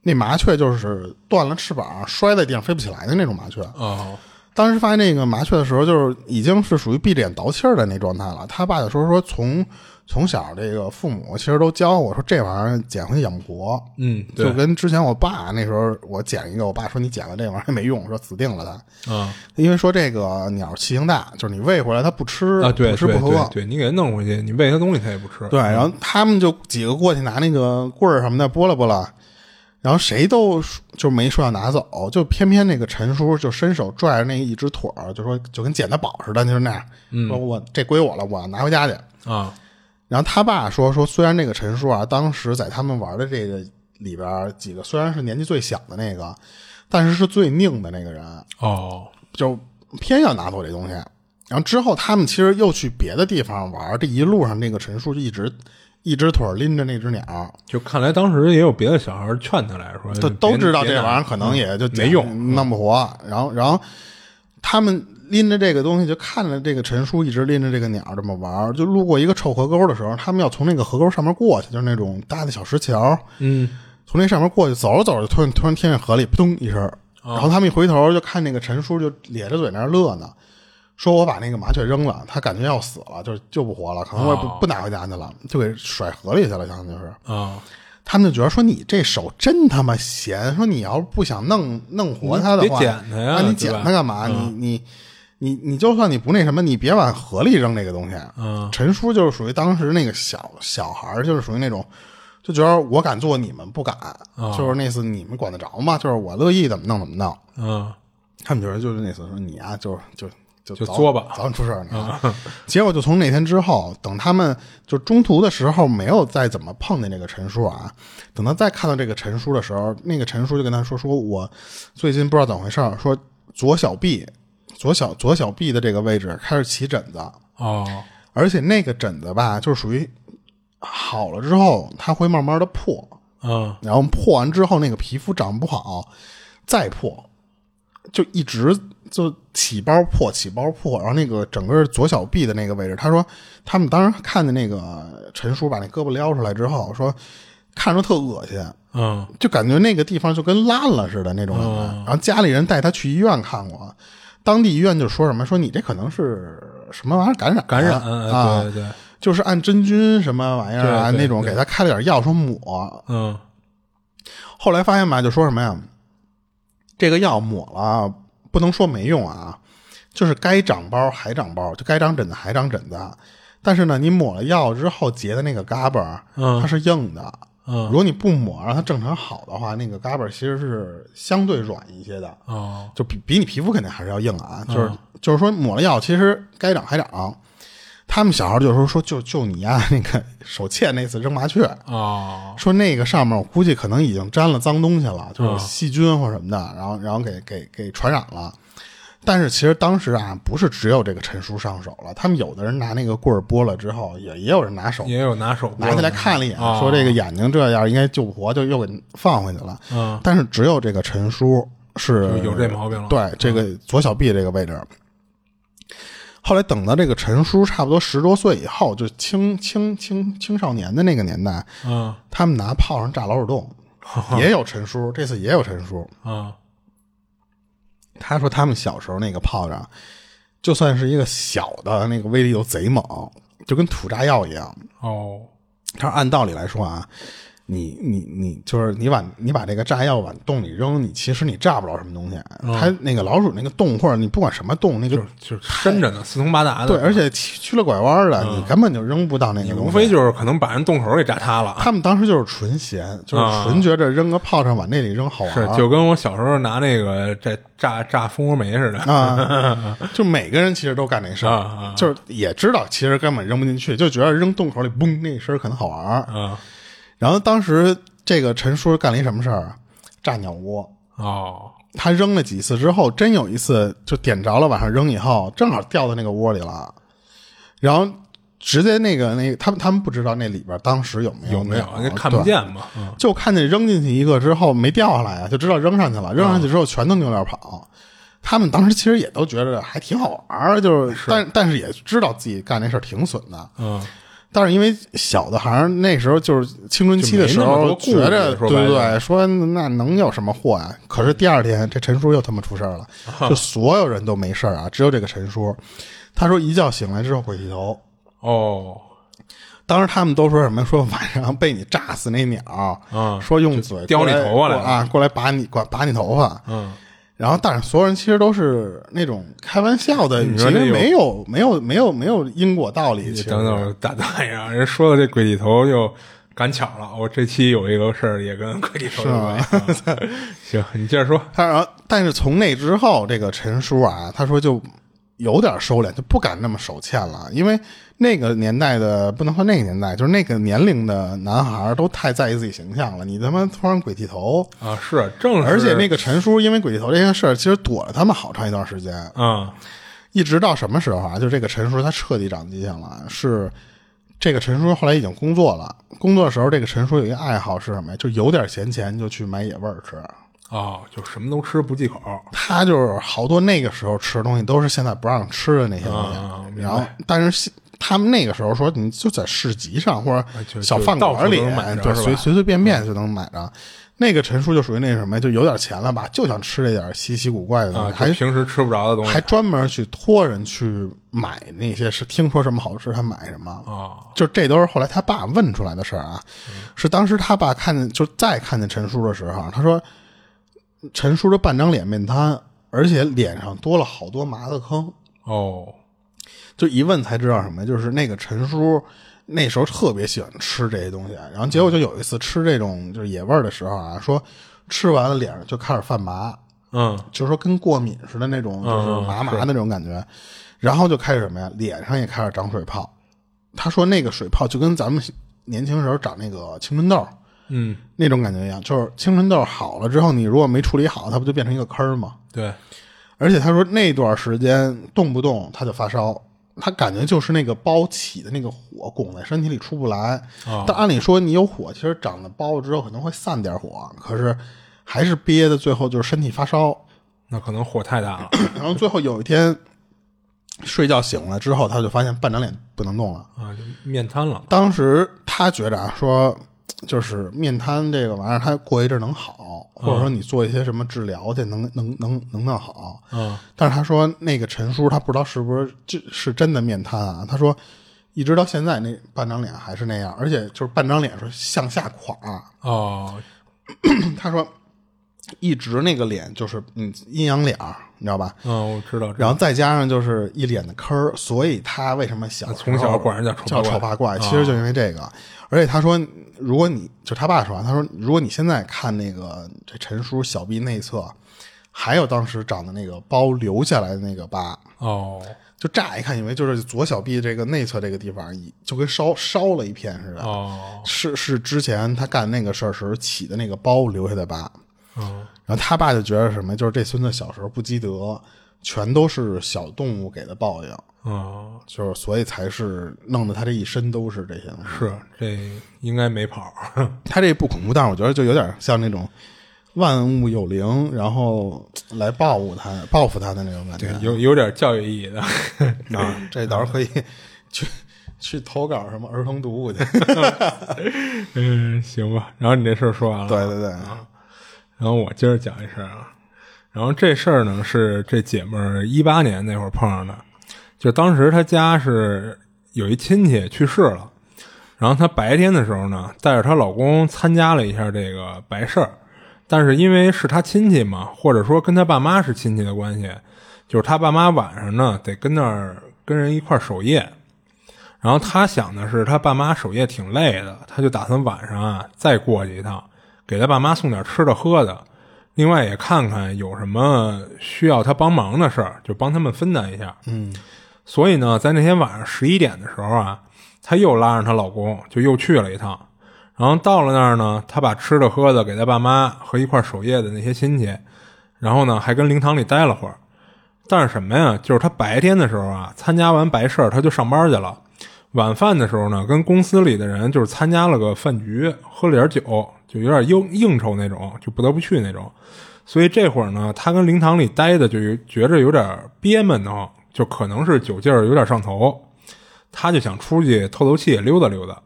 Speaker 1: 那麻雀就是断了翅膀摔在地上飞不起来的那种麻雀。
Speaker 2: 哦，
Speaker 1: 当时发现那个麻雀的时候，就是已经是属于闭着眼倒气儿的那状态了。他爸就说说从从小这个父母其实都教我说这玩意儿捡回去养不活，
Speaker 2: 嗯，对
Speaker 1: 就，跟之前我爸那时候我捡一个，我爸说你捡了这玩意儿没用，说死定了它，
Speaker 2: 啊
Speaker 1: 因为说这个鸟气性大，就是你喂回来它不吃
Speaker 2: 啊，对
Speaker 1: 不吃
Speaker 2: 对
Speaker 1: 不喝
Speaker 2: 对，对，你给它弄回去，你喂它东西它也不吃。
Speaker 1: 对，然后他们就几个过去拿那个棍儿什么的拨了拨了，然后谁都说就没说要拿走，就偏偏那个陈叔就伸手拽着那一只腿儿，就说就跟捡的宝似的，就是那样，
Speaker 2: 嗯
Speaker 1: 说我这归我了，我要拿回家去。
Speaker 2: 啊，
Speaker 1: 然后他爸说说，虽然那个陈叔啊，当时在他们玩的这个里边儿几个虽然是年纪最小的那个，但是是最拧的那个人，
Speaker 2: 哦，
Speaker 1: 就偏要拿走这东西。然后之后他们其实又去别的地方玩，这一路上那个陈叔就一直一只腿拎着那只鸟，
Speaker 2: 就看来当时也有别的小孩劝他来说，
Speaker 1: 都
Speaker 2: 呃别
Speaker 1: 都知道
Speaker 2: 别
Speaker 1: 这
Speaker 2: 拿嗯
Speaker 1: 玩意儿可能也就
Speaker 2: 没用，嗯
Speaker 1: 弄不活。然后然后他们拎着这个东西，就看着这个陈叔一直拎着这个鸟这么玩，就路过一个臭河沟的时候，他们要从那个河沟上面过去，就是那种搭的小石桥，
Speaker 2: 嗯，
Speaker 1: 从那上面过去，走着走着，突然突然听见河里扑通一声，
Speaker 2: 哦
Speaker 1: 然后他们一回头就看那个陈叔就咧着嘴那儿乐呢，说我把那个麻雀扔了，他感觉要死了，就是救不活了，可能我也不、
Speaker 2: 哦
Speaker 1: 不拿回家去了，就给甩河里去了，相当于就是。
Speaker 2: 啊，
Speaker 1: 他们就觉得说你这手真他妈闲，说你要是不想弄弄活它的话，
Speaker 2: 你别捡它呀
Speaker 1: 那你
Speaker 2: 对
Speaker 1: 捡
Speaker 2: 吧嗯
Speaker 1: 它干嘛？你你你你就算你不那什么，你别往河里扔这个东西。啊
Speaker 2: 嗯
Speaker 1: 陈叔就是属于当时那个小小孩儿，就是属于那种就觉得我敢做，你们不敢，
Speaker 2: 嗯
Speaker 1: 就是那次你们管得着吗？就是我乐意怎么弄怎么弄。
Speaker 2: 啊，
Speaker 1: 他们觉得就是那次说你啊，就是就就
Speaker 2: 就
Speaker 1: 早
Speaker 2: 作吧啊
Speaker 1: 早晚出事儿呢。结果就从那天之后，等他们就中途的时候没有再怎么碰见那个陈叔啊，等他再看到这个陈叔的时候，那个陈叔就跟他说：“说我最近不知道怎么回事儿，说左小臂左小左小臂的这个位置开始起疹子，
Speaker 2: 哦，
Speaker 1: 而且那个疹子吧，就是属于好了之后，它会慢慢的破，
Speaker 2: 啊，
Speaker 1: 然后破完之后，那个皮肤长不好，再破，就一直就起包破，起包破，然后那个整个左小臂的那个位置，他说他们当时看见那个陈叔把那胳膊撩出来之后，说看着特恶心，
Speaker 2: 嗯，
Speaker 1: 就感觉那个地方就跟烂了似的那种感觉。
Speaker 2: 哦
Speaker 1: 然后家里人带他去医院看过，当地医院就说什么说你这可能是什么玩意儿感染
Speaker 2: 感染，嗯
Speaker 1: 啊，
Speaker 2: 对对，
Speaker 1: 就是按真菌什么玩意儿啊
Speaker 2: 对对
Speaker 1: 那种
Speaker 2: 对
Speaker 1: 给他开了点药说抹，
Speaker 2: 嗯，
Speaker 1: 后来发现吧，就说什么呀，这个药抹了，啊不能说没用啊，就是该长包还长包，就该长疹子还长疹子。啊但是呢，你抹了药之后结的那个嘎巴儿，
Speaker 2: 嗯
Speaker 1: 它是硬的。
Speaker 2: 嗯
Speaker 1: 如果你不抹让它正常好的话，那个嘎巴儿其实是相对软一些的，
Speaker 2: 哦，
Speaker 1: 就比比你皮肤肯定还是要硬啊。
Speaker 2: 嗯
Speaker 1: 就是、就是说抹了药，其实该长还长。他们小孩儿就说说就就你呀、那个手欠那次扔麻雀，
Speaker 2: 哦，
Speaker 1: 说那个上面我估计可能已经沾了脏东西了，
Speaker 2: 啊
Speaker 1: 就是有细菌或什么的，然后然后给给给传染了。但是其实当时啊，不是只有这个陈叔上手了，他们有的人拿那个棍儿拨了之后，也也有人拿手
Speaker 2: 也有拿手
Speaker 1: 拿起来看了一眼，
Speaker 2: 哦
Speaker 1: 说这个眼睛这样应该救不活，就又给放回去了。
Speaker 2: 嗯，
Speaker 1: 但是只有这个陈叔是
Speaker 2: 就有这毛病了
Speaker 1: 对，这个左小臂这个位置。后来等到这个陈叔差不多十多岁以后，就青青青青少年的那个年代，
Speaker 2: 嗯
Speaker 1: 他们拿炮仗炸老鼠 洞，也有陈叔，这次也有陈叔。
Speaker 2: 嗯，
Speaker 1: 他说他们小时候那个炮仗，就算是一个小的，那个威力又贼猛，就跟土炸药一样。
Speaker 2: 哦，
Speaker 1: 他说按道理来说啊，你你你就是你往你把这个炸药往洞里扔，你其实你炸不着什么东西。它那个老鼠那个洞或者你不管什么洞，那个
Speaker 2: 嗯就是就是伸着呢，四通八达的，
Speaker 1: 对，而且曲曲了拐弯的，你根本就扔不到那个东西。
Speaker 2: 嗯无非就是可能把人洞口给炸塌了。
Speaker 1: 他们当时就是纯闲，就是
Speaker 2: 啊
Speaker 1: 纯觉着扔个炮仗往那里扔好玩
Speaker 2: 是
Speaker 1: 儿，，
Speaker 2: 就跟我小时候拿那个这炸炸蜂窝煤似的，
Speaker 1: 啊，就每个人其实都干这事儿，
Speaker 2: 啊啊
Speaker 1: 就是也知道其实根本扔不进去，就觉得扔洞口里嘣那一声可能好玩儿。
Speaker 2: 嗯，
Speaker 1: 然后当时这个陈叔干了一什么事儿啊？炸鸟窝。
Speaker 2: 哦，
Speaker 1: 他扔了几次之后，真有一次就点着了，往上扔以后，正好掉到那个窝里了。然后直接那个那个，他们他们不知道那里边当时有没有
Speaker 2: 有
Speaker 1: 没
Speaker 2: 没有？那
Speaker 1: 有
Speaker 2: 看不
Speaker 1: 对
Speaker 2: 见嘛。嗯
Speaker 1: 就看见扔进去一个之后没掉下来啊，就知道扔上去
Speaker 2: 嗯
Speaker 1: 了。扔上去之后全都扭脸跑。他们当时其实也都觉得还挺好玩儿，就是但但是也知道自己干这事儿挺损的。
Speaker 2: 嗯，
Speaker 1: 但是因为小的孩儿那时候就是青春期的时
Speaker 2: 就没那么
Speaker 1: 候
Speaker 2: 多，顾虑
Speaker 1: 觉着对
Speaker 2: 说白
Speaker 1: 对
Speaker 2: 了
Speaker 1: 对，说那能有什么祸呀、可是第二天这陈叔又他妈出事儿了，
Speaker 2: 啊
Speaker 1: 就所有人都没事儿啊，只有这个陈叔，他说一觉醒来之后鬼剃头。
Speaker 2: 哦，
Speaker 1: 当时他们都说什么？说晚上被你炸死那鸟，
Speaker 2: 嗯
Speaker 1: 说用嘴
Speaker 2: 叼
Speaker 1: 过
Speaker 2: 你头发来
Speaker 1: 过啊，过来拔你管拔你头发。
Speaker 2: 嗯，
Speaker 1: 然后，但是所有人其实都是那种开玩笑的，
Speaker 2: 你
Speaker 1: 其
Speaker 2: 说
Speaker 1: 实
Speaker 2: 这有
Speaker 1: 没有没有没有没有因果道理。其实
Speaker 2: 等等，大大爷啊，人说到这鬼剃头又赶巧了，我这期有一个事儿也跟鬼剃头有关
Speaker 1: 啊
Speaker 2: 系。嗯行，你接着说。
Speaker 1: 他然后，但是从那之后，这个陈叔啊，他说就有点收敛，就不敢那么手欠了，因为那个年代的不能说那个年代，就是那个年龄的男孩儿都太在意自己形象了。你他妈突然鬼剃头，
Speaker 2: 啊，是正是，
Speaker 1: 而且那个陈叔因为鬼剃头这件事儿，其实躲了他们好长一段时间，
Speaker 2: 嗯，
Speaker 1: 一直到什么时候啊？就这个陈叔他彻底长记性了，是这个陈叔后来已经工作了，工作的时候这个陈叔有一个爱好是什么呀？就有点闲钱就去买野味儿吃。
Speaker 2: 哦，就什么都吃不忌口，啊
Speaker 1: 他就是好多那个时候吃的东西都是现在不让吃的那些东西，
Speaker 2: 啊明白
Speaker 1: 然后但是现他们那个时候说你就在市集上或
Speaker 2: 哎就
Speaker 1: 者小饭馆里
Speaker 2: 就到处都能买着
Speaker 1: 对
Speaker 2: 是吧嗯
Speaker 1: 随随随便便就能买着。那个陈叔就属于那什么呀，就有点钱了吧，就想吃这点稀奇古怪的东
Speaker 2: 啊，
Speaker 1: 西，
Speaker 2: 就
Speaker 1: 嗯还
Speaker 2: 平时吃不着的东西
Speaker 1: 还专门去托人去买那些是听说什么好吃他买什么，
Speaker 2: 啊，
Speaker 1: 就这都是后来他爸问出来的事儿啊。是当时他爸看见，就再看见陈叔的时候啊，他说陈叔这半张脸面瘫，而且脸上多了好多麻子坑。
Speaker 2: 哦，
Speaker 1: 就一问才知道什么，就是那个陈叔那时候特别喜欢吃这些东西，啊然后结果就有一次吃这种就是野味儿的时候啊，说吃完了脸上就开始泛麻，
Speaker 2: 嗯，
Speaker 1: 就是说跟过敏似的那种，就是麻麻的那种感觉。然后就开始什么呀，脸上也开始长水泡。他说那个水泡就跟咱们年轻时候长那个青春痘
Speaker 2: 嗯，
Speaker 1: 那种感觉一样，就是青春痘好了之后，你如果没处理好，它不就变成一个坑儿吗？
Speaker 2: 对，
Speaker 1: 而且他说那段时间动不动他就发烧，他感觉就是那个包起的那个火拱在身体里出不来。
Speaker 2: 哦
Speaker 1: 但按理说你有火，其实长了包之后可能会散点火，可是还是憋的，最后就是身体发烧。
Speaker 2: 那可能火太大了
Speaker 1: 然后最后有一天睡觉醒了之后，他就发现半张脸不能动了。
Speaker 2: 啊，就面瘫了，
Speaker 1: 当时他觉着啊，说就是面瘫这个玩意儿，他过一阵儿能好，或者说你做一些什么治疗去，能能能能弄好。
Speaker 2: 嗯，
Speaker 1: 但是他说那个陈叔，他不知道是不是就是真的面瘫啊？他说一直到现在那半张脸还是那样，而且就是半张脸是向下垮。嗯
Speaker 2: 哦，
Speaker 1: 他说一直那个脸就是嗯阴阳脸儿，你知道吧？
Speaker 2: 嗯，我知道，
Speaker 1: 然后再加上就是一脸的坑儿，所以他为什么小时候
Speaker 2: 从小管人叫
Speaker 1: 叫
Speaker 2: 丑八怪
Speaker 1: 丑八
Speaker 2: 啊
Speaker 1: 怪，其实就因为这个。而且他说，如果你就他爸说啊，他说如果你现在看那个这陈叔小臂内侧，还有当时长的那个包留下来的那个疤，
Speaker 2: 哦，
Speaker 1: 就乍一看以为就是左小臂这个内侧这个地方已就跟烧烧了一片似的，
Speaker 2: 哦，
Speaker 1: 是是之前他干那个事儿时候起的那个包留下的疤。
Speaker 2: 嗯，
Speaker 1: 然后他爸就觉得什么，就是这孙子小时候不积德，全都是小动物给的报应，
Speaker 2: 嗯，
Speaker 1: 就是所以才是弄得他这一身都是这些东西。
Speaker 2: 是这应该没跑，
Speaker 1: 他这不恐怖，但是我觉得就有点像那种万物有灵，然后来报复他、报复他的那种感觉。
Speaker 2: 有有点教育 意义的，
Speaker 1: 啊，这到时候可以去去投稿什么儿童读物去。
Speaker 2: 嗯，行吧，然后你这事儿说完 了，
Speaker 1: 对对对，
Speaker 2: 然后我接着讲一事儿啊，然后这事儿呢是这姐们儿一八年那会儿碰上的，就当时她家是有一亲戚去世了，然后她白天的时候呢，带着她老公参加了一下这个白事儿，但是因为是她亲戚嘛，或者说跟她爸妈是亲戚的关系，就是她爸妈晚上呢得跟那儿跟人一块儿守夜，然后他想的是，他爸妈守夜挺累的，他就打算晚上啊再过去一趟，给他爸妈送点吃的喝的，另外也看看有什么需要他帮忙的事儿，就帮他们分担一下。嗯，所以呢，在那天晚上十一点的时候啊，她又拉着她老公就又去了一趟，然后到了那儿呢，她把吃的喝的给她爸妈和一块儿守夜的那些亲戚，然后呢还跟灵堂里待了会儿。但是什么呀？就是她白天的时候啊，参加完白事儿，她就上班去了。晚饭的时候呢，跟公司里的人就是参加了个饭局，喝了点酒，就有点应应酬那种，就不得不去那种。所以这会儿呢，他跟灵堂里待的就有觉着有点憋闷的慌，就可能是酒劲儿有点上头，他就想出去透透气、溜达溜达。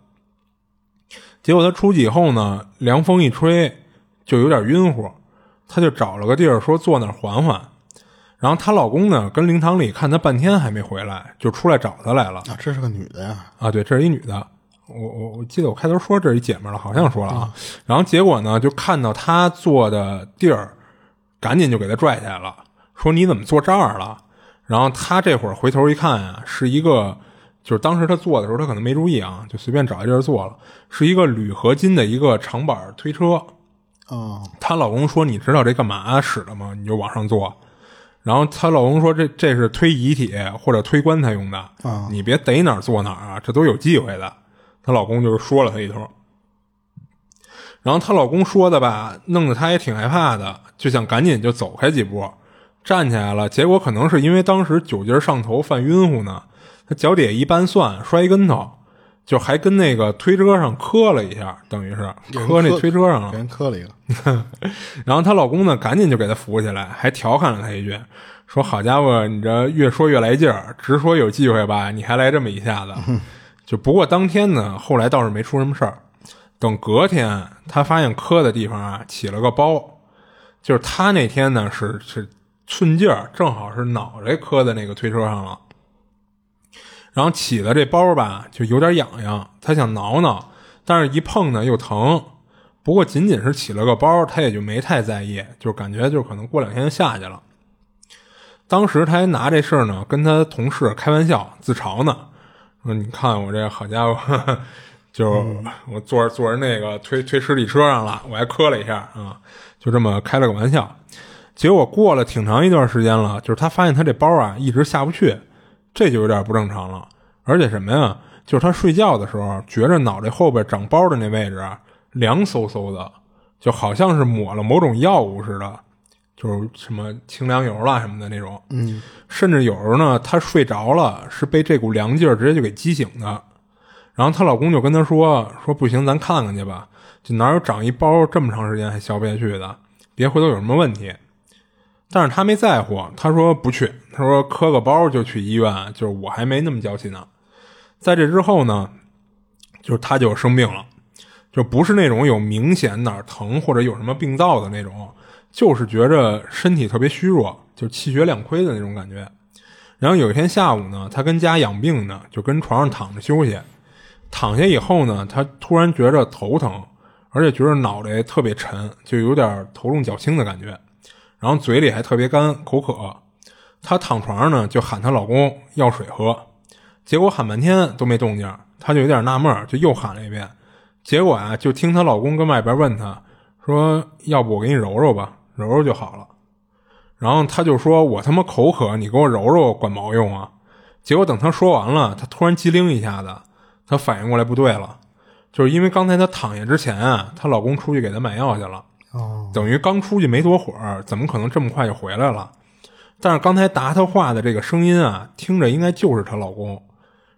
Speaker 2: 结果他出去以后呢，凉风一吹，就有点晕乎，他就找了个地儿说坐那儿缓缓。然后她老公呢，跟灵堂里看她半天还没回来，就出来找她来了。
Speaker 1: 啊，这是个女的呀，
Speaker 2: 啊，对，这是一女的，我我我记得我开头说这是一姐们儿了，好像说了啊。然后结果呢，就看到她坐的地儿，赶紧就给她拽起来了，说你怎么坐这儿了？然后她这会儿回头一看啊，是一个，就是当时她坐的时候，她可能没注意啊，就随便找一地儿坐了，是一个铝合金的一个长板儿推车。
Speaker 1: 哦，
Speaker 2: 她老公说：“你知道这干嘛使的吗？你就往上坐。”然后她老公说这：“这是推遗体或者推棺材用的，你别逮哪儿坐哪儿啊，这都有忌讳的。”她老公就是说了她一通。然后她老公说的吧，弄得她也挺害怕的，就想赶紧就走开几步，站起来了。结果可能是因为当时酒劲儿上头犯晕乎呢，她脚底下一拌蒜摔一跟头，就还跟那个推车上磕了一下，等于是磕那推车上了
Speaker 1: 给。人磕了一个，
Speaker 2: 然后她老公呢，赶紧就给她扶起来，还调侃了她一句，说：“好家伙，你这越说越来劲儿，直说有忌讳吧，你还来这么一下子。” 就不过当天呢，后来倒是没出什么事儿。等隔天，她发现磕的地方啊起了个包，就是她那天呢是是寸劲儿，正好是脑袋磕在那个推车上了。然后起的这包吧，就有点痒痒，她想挠挠，但是一碰呢又疼。不过仅仅是起了个包，她也就没太在意，就感觉就可能过两天就下去了。当时她还拿这事儿呢跟她同事开玩笑自嘲呢，说你看我这好家伙，呵呵就我坐着坐着那个推推尸体车上了，我还磕了一下啊、就这么开了个玩笑。结果过了挺长一段时间了，就是她发现她这包啊一直下不去，这就有点不正常了。而且什么呀，就是她睡觉的时候，觉着脑袋后边长包的那位置啊凉飕飕的，就好像是抹了某种药物似的，就是什么清凉油啦什么的那种。嗯，甚至有时候呢，她睡着了是被这股凉劲儿直接就给激醒的。然后她老公就跟她说：“说不行，咱看看去吧，就哪有长一包这么长时间还消不下去的？别回头有什么问题。”但是她没在乎，她说不去，她说磕个包就去医院，就是我还没那么娇气呢。在这之后呢，就是她就生病了，就不是那种有明显哪儿疼或者有什么病灶的那种，就是觉着身体特别虚弱，就是气血两亏的那种感觉。然后有一天下午呢，她跟家养病呢，就跟床上躺着休息。躺下以后呢，她突然觉着头疼，而且觉着脑袋特别沉，就有点头重脚轻的感觉，然后嘴里还特别干，口渴。她躺床上呢，就喊她老公要水喝，结果喊半天都没动静儿，她就有点纳闷儿，就又喊了一遍。结果啊，就听她老公跟外边问她说：“要不我给你揉揉吧，揉揉就好了。”然后她就说：“我他妈口渴，你给我揉揉管毛用啊！”结果等她说完了，她突然机灵一下子，她反应过来不对了，就是因为刚才她躺下之前啊，她老公出去给她买药去了，
Speaker 1: 哦，
Speaker 2: 等于刚出去没多会儿，怎么可能这么快就回来了？但是刚才答她话的这个声音啊，听着应该就是她老公，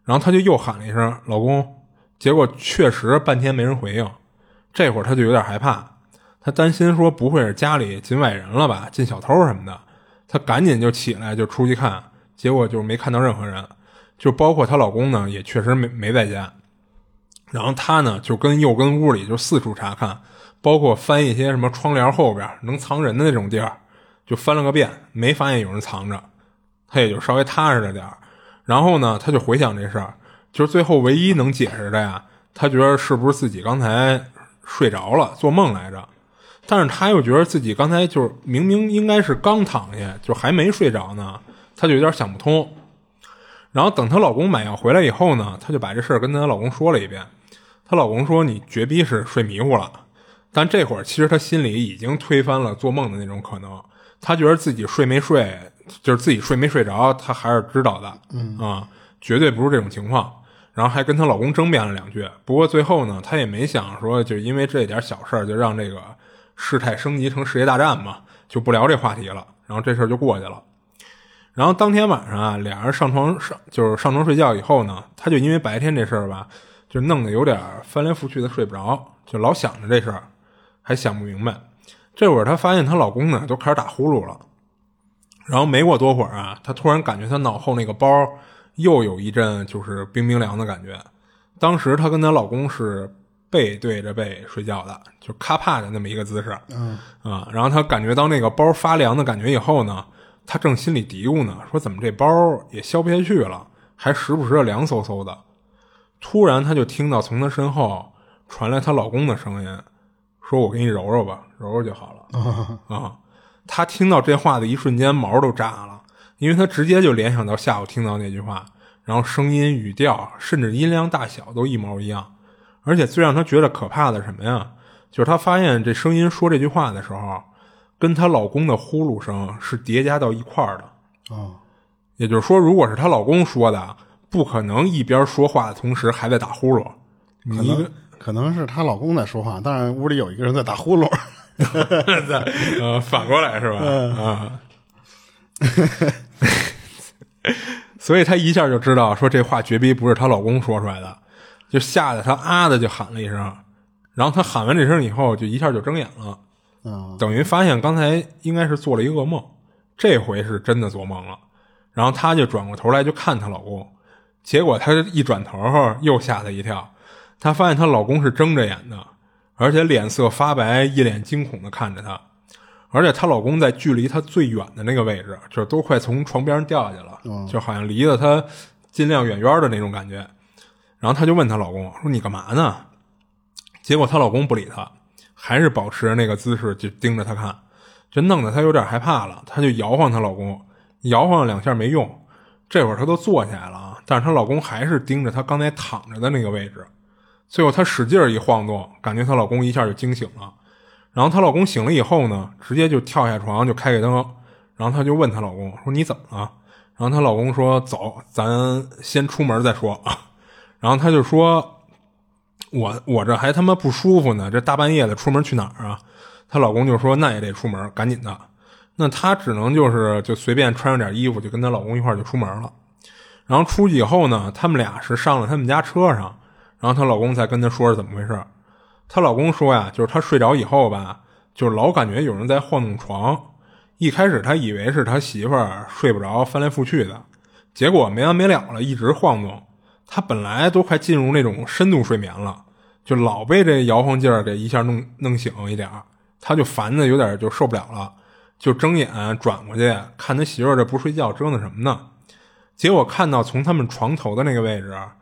Speaker 2: 然后她就又喊了一声“老公”，结果确实半天没人回应，这会儿她就有点害怕，她担心说不会是家里进外人了吧，进小偷什么的，她赶紧就起来就出去看，结果就没看到任何人，就包括她老公呢也确实没没在家，然后她呢就跟又跟屋里就四处查看，包括翻一些什么窗帘后边能藏人的那种地儿，就翻了个遍，没发现有人藏着，她也就稍微踏实了点儿。然后呢，她就回想这事儿，就是最后唯一能解释的呀，她觉得是不是自己刚才睡着了，做梦来着？但是她又觉得自己刚才就是明明应该是刚躺下，就还没睡着呢，她就有点想不通。然后等她老公买药回来以后呢，她就把这事儿跟她老公说了一遍。她老公说：“你绝逼是睡迷糊了。”但这会儿其实她心里已经推翻了做梦的那种可能，她觉得自己睡没睡，就是自己睡没睡着，她还是知道的，嗯啊、绝对不是这种情况。然后还跟她老公争辩了两句，不过最后呢，她也没想说就因为这点小事儿就让这个事态升级成世界大战嘛，就不聊这话题了。然后这事儿就过去了。然后当天晚上啊，俩人上床上就是上床睡觉以后呢，他就因为白天这事儿吧，就弄得有点翻来覆去的睡不着，就老想着这事儿，还想不明白。这会儿她发现她老公呢都开始打呼噜了，然后没过多会儿啊，她突然感觉她脑后那个包又有一阵就是冰冰凉的感觉。当时她跟她老公是背对着背睡觉的，就咔啪的那么一个姿势。嗯啊，然后她感觉到那个包发凉的感觉以后呢，她正心里嘀咕呢，说怎么这包也消不下去了，还时不时的凉飕飕的。突然，她就听到从她身后传来她老公的声音，说：“我给你揉揉吧，揉揉就好了。”
Speaker 1: 哦
Speaker 2: 啊，她听到这话的一瞬间毛都炸了，因为她直接就联想到下午听到那句话，然后声音、语调，啊甚至音量大小都一毛一样。而且最让她觉得可怕的是什么呀？就是她发现这声音说这句话的时候，跟她老公的呼噜声是叠加到一块儿的。
Speaker 1: 啊，
Speaker 2: 也就是说，如果是她老公说的，不可能一边说话的同时还在打呼噜。
Speaker 1: 可
Speaker 2: 你一个
Speaker 1: 能可能是她老公在说话，但是屋里有一个人在打呼噜。
Speaker 2: 呃反过来是吧？啊， 所以她一下就知道说这话绝逼不是她老公说出来的，就吓得她啊的就喊了一声。然后她喊完这声以后，就一下就睁眼了，
Speaker 1: 啊，
Speaker 2: 等于发现刚才应该是做了一个噩梦，这回是真的做梦了。然后她就转过头来就看她老公，结果她一转头又吓她一跳，她发现她老公是睁着眼的，而且脸色发白，一脸惊恐的看着她。而且她老公在距离她最远的那个位置，就是都快从床边上掉下去了，就好像离得她尽量远远的那种感觉。然后她就问她老公说：“你干嘛呢？”结果她老公不理她，还是保持那个姿势就盯着她看，这弄得她有点害怕了，她就摇晃她老公，摇晃了两下没用，这会儿她都坐起来了啊，但是她老公还是盯着她刚才躺着的那个位置。最后她使劲儿一晃动，感觉她老公一下就惊醒了。然后她老公醒了以后呢，直接就跳下床就开开灯，然后她就问她老公说：“你怎么了？”然后她老公说：“走，咱先出门再说。” 然后她就说：“我我这还他妈不舒服呢，这大半夜的出门去哪儿啊？她老公就说那也得出门，赶紧的。那她只能就是就随便穿上点衣服，就跟她老公一块儿就出门了。然后出去以后呢，他们俩是上了他们家车上，然后她老公才跟她说是怎么回事儿。她老公说呀，就是她睡着以后吧，就老感觉有人在晃动床。一开始她以为是她媳妇儿睡不着，翻来覆去的，结果没完没了了，一直晃动。她本来都快进入那种深度睡眠了，就老被这摇晃劲儿给一下弄弄醒一点儿，她就烦的有点就受不了了，就睁眼转过去看她媳妇儿这不睡觉折腾什么呢？结果看到从他们床头的那个位置啊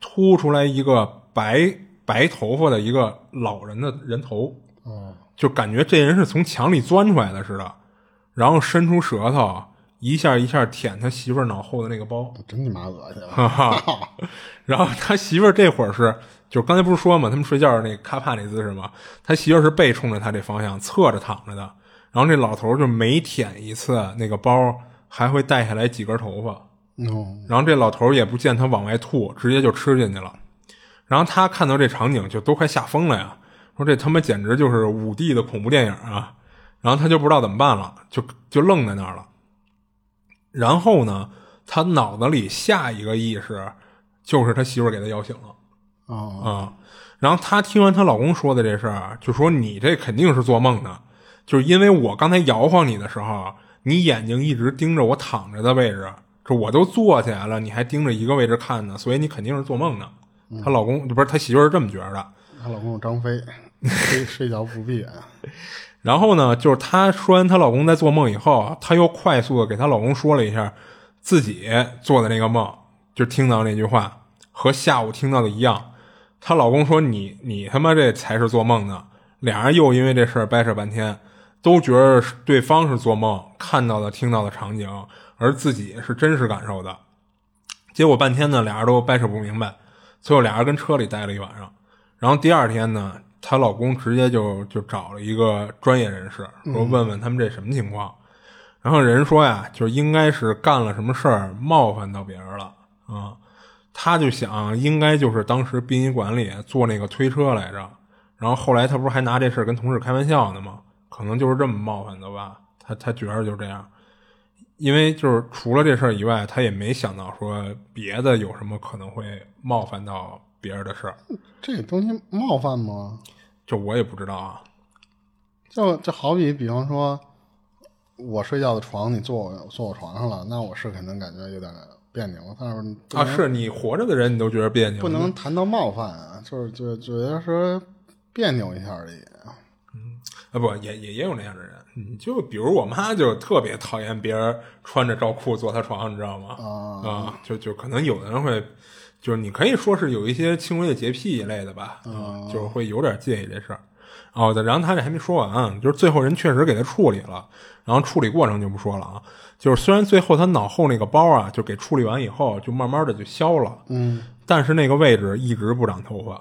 Speaker 2: 凸出来一个白白头发的一个老人的人头，
Speaker 1: 哦，
Speaker 2: 就感觉这人是从墙里钻出来的似的，然后伸出舌头一下一下舔他媳妇儿脑后的那个包，
Speaker 1: 真你妈恶心啊
Speaker 2: 哈哈，然后他媳妇儿这会儿是，就刚才不是说嘛，他们睡觉那咔啪那姿势嘛，他媳妇儿是背冲着他这方向，侧着躺着的。然后这老头儿就每舔一次那个包，还会带下来几根头发。
Speaker 1: 哦，
Speaker 2: 然后这老头儿也不见他往外吐，直接就吃进去了。然后他看到这场景就都快吓疯了呀，说这他妈简直就是五 D 的恐怖电影啊！然后他就不知道怎么办了，就就愣在那儿了。然后呢，他脑子里下一个意识就是他媳妇儿给他摇醒了。
Speaker 1: 哦，
Speaker 2: 啊、然后她听完她老公说的这事儿，就说你这肯定是做梦呢，就是因为我刚才摇晃你的时候，你眼睛一直盯着我躺着的位置，这我都坐起来了，你还盯着一个位置看呢，所以你肯定是做梦呢。她老公不是她媳妇儿是这么觉着，
Speaker 1: 她老公有张飞，睡睡觉不闭眼。啊
Speaker 2: 然后呢，就是她说完她老公在做梦以后啊，她又快速的给她老公说了一下自己做的那个梦，就听到那句话和下午听到的一样。她老公说你你他妈这才是做梦呢，俩人又因为这事儿掰扯半天，都觉得是对方是做梦看到的、听到的场景，而自己是真实感受的。结果半天呢，俩人都掰扯不明白，最后俩人跟车里待了一晚上。然后第二天呢，她老公直接就就找了一个专业人士，说问问他们这什么情况。然后人说呀，就是应该是干了什么事儿冒犯到别人了啊。她就想，应该就是当时殡仪馆里坐那个推车来着。然后后来她不是还拿这事儿跟同事开玩笑呢吗？可能就是这么冒犯的吧。她她觉着就是这样。因为就是除了这事儿以外，他也没想到说别的有什么可能会冒犯到别人的事儿，
Speaker 1: 这东西冒犯吗？
Speaker 2: 就我也不知道啊。
Speaker 1: 就就好比，比方说，我睡觉的床，你坐我坐我床上了，那我是肯定感觉有点别扭了，但是不
Speaker 2: 啊，
Speaker 1: 能
Speaker 2: 是你活着的人，你都觉得别扭，
Speaker 1: 不能谈到冒犯啊，就是就觉得说别扭一下而已。
Speaker 2: 啊，不也也也有那样的人，你就比如我妈就特别讨厌别人穿着罩裤坐她床上，你知道吗？啊、就就可能有的人会，就是你可以说是有一些轻微的洁癖一类的吧，嗯，就是会有点介意这事儿。哦，然后他这还没说完啊，就是最后人确实给他处理了，然后处理过程就不说了啊。就是虽然最后他脑后那个包啊，就给处理完以后，就慢慢的就消了，嗯，但是那个位置一直不长头发，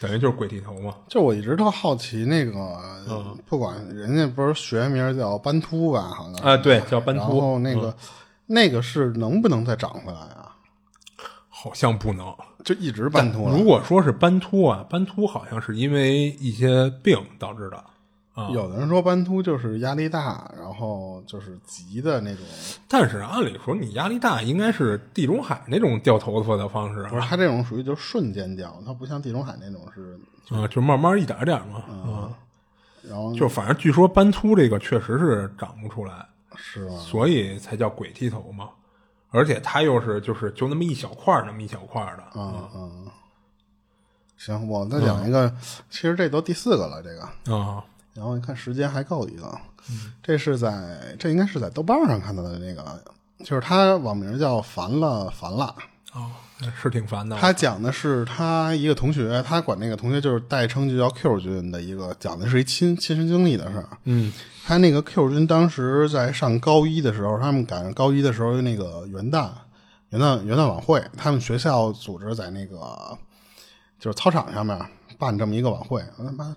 Speaker 2: 等于就是鬼剃头嘛。
Speaker 1: 就我一直特好奇那个，
Speaker 2: 嗯
Speaker 1: 不管人家不是学名叫斑秃吧，好像是
Speaker 2: 啊，对，叫斑
Speaker 1: 然
Speaker 2: 秃，
Speaker 1: 后那个、那个是能不能再长回来啊？
Speaker 2: 好像不能。
Speaker 1: 就一直斑秃了
Speaker 2: 如果说是斑秃啊，斑秃好像是因为一些病导致的，
Speaker 1: 有的人说斑秃就是压力大，然后就是急的那种，
Speaker 2: 但是按理说你压力大应该是地中海那种掉头发的方式啊，
Speaker 1: 不是他这种属于就瞬间掉，他不像地中海那种是，
Speaker 2: 啊，就慢慢一点儿点儿嘛，啊，
Speaker 1: 然后
Speaker 2: 就反正据说斑秃这个确实是长不出来，
Speaker 1: 是吧？
Speaker 2: 所以才叫鬼剃头嘛，而且它又是就是就那么一小块儿那么一小块儿的，
Speaker 1: 嗯嗯。行，我
Speaker 2: 嗯
Speaker 1: 再讲一个，其实这都第四个了，这个。
Speaker 2: 啊，
Speaker 1: 然后一看时间还够一个，这是在这应该是在豆瓣上看到的那个，就是他网名叫烦了烦了。
Speaker 2: 哦，是挺烦的，
Speaker 1: 他讲的是他一个同学，他管那个同学就是代称就叫 Q 君的一个，讲的是一亲亲身经历的事儿。啊
Speaker 2: 嗯，
Speaker 1: 他那个 Q 君当时在上高一的时候，他们赶上高一的时候那个元旦元旦元旦晚会，他们学校组织在那个就是操场上面办这么一个晚会。我他妈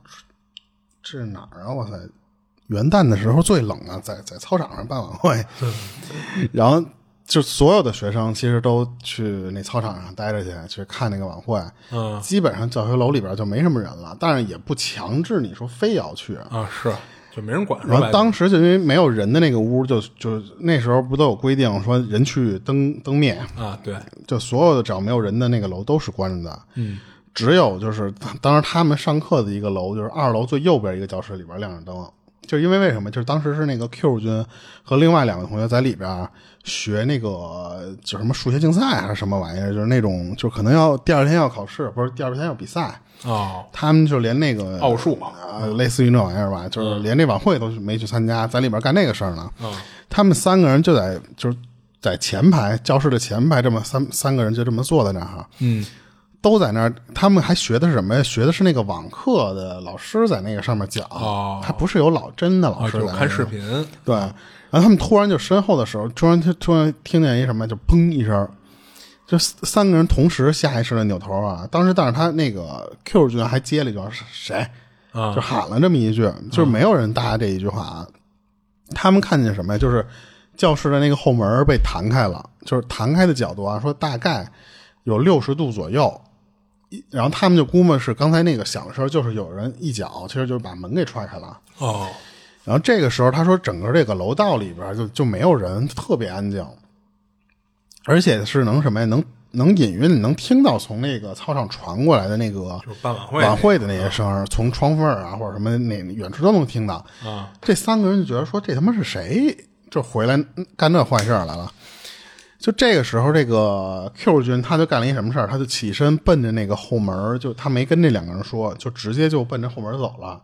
Speaker 1: 这是哪儿啊？我操！元旦的时候最冷啊，在在操场上办晚会，然后就所有的学生其实都去那操场上待着去，去看那个晚会。
Speaker 2: 嗯
Speaker 1: 基本上教学楼里边就没什么人了，但是也不强制你说非要去。
Speaker 2: 啊是，就没人管是
Speaker 1: 然
Speaker 2: 吧
Speaker 1: 后？当时就因为没有人的那个屋就，就那时候不都有规定说人去灯灯灭，
Speaker 2: 啊对，
Speaker 1: 就所有的只要没有人的那个楼都是关着的。嗯，只有就是当时他们上课的一个楼，就是二楼最右边一个教室里边亮着灯。就是因为为什么？就是当时是那个 Q 君和另外两个同学在里边学那个呃就什么数学竞赛还是什么玩意儿，就是那种就可能要第二天要考试，不是第二天要比赛，
Speaker 2: 哦，
Speaker 1: 他们就连那个
Speaker 2: 奥数
Speaker 1: 啊，类似于那玩意儿吧，就是连这晚会都没去参加，在里边干那个事儿呢。
Speaker 2: 嗯
Speaker 1: 他们三个人就在就是在前排教室的前排，这么三三个人就这么坐在那儿哈，
Speaker 2: 嗯
Speaker 1: 都在那儿。他们还学的是什么呀？学的是那个网课的老师在那个上面讲，
Speaker 2: 哦
Speaker 1: 还不是有老真的老
Speaker 2: 啊
Speaker 1: 师在
Speaker 2: 就
Speaker 1: 那
Speaker 2: 看
Speaker 1: 儿
Speaker 2: 视频
Speaker 1: 对，然后他们突然就身后的时候，突然突然听见一什么，就砰一声，就三三个人同时下意识的扭头啊。当时，但是他那个 Q 君还接了一句是谁，
Speaker 2: 啊
Speaker 1: 就喊了这么一句，就是没有人搭这一句话啊。他们看见什么呀？就是教室的那个后门被弹开了，就是弹开的角度啊，说大概有六十度左右。一然后他们就估摸是刚才那个响声，就是有人一脚，其实就是把门给踹开了。
Speaker 2: 哦
Speaker 1: 然后这个时候，他说整个这个楼道里边就就没有人，特别安静，而且是能什么呀？能能隐约你能听到从那个操场传过来的那个
Speaker 2: 就是办晚会
Speaker 1: 晚会的那些声儿，从窗缝儿啊或者什么那远处都能听到。
Speaker 2: 啊
Speaker 1: 这三个人就觉得说这他妈是谁就回来嗯干这坏事儿来了。就这个时候，这个 Q 君他就干了一什么事儿？他就起身奔着那个后门儿，就他没跟这两个人说，就直接就奔着后门儿走了。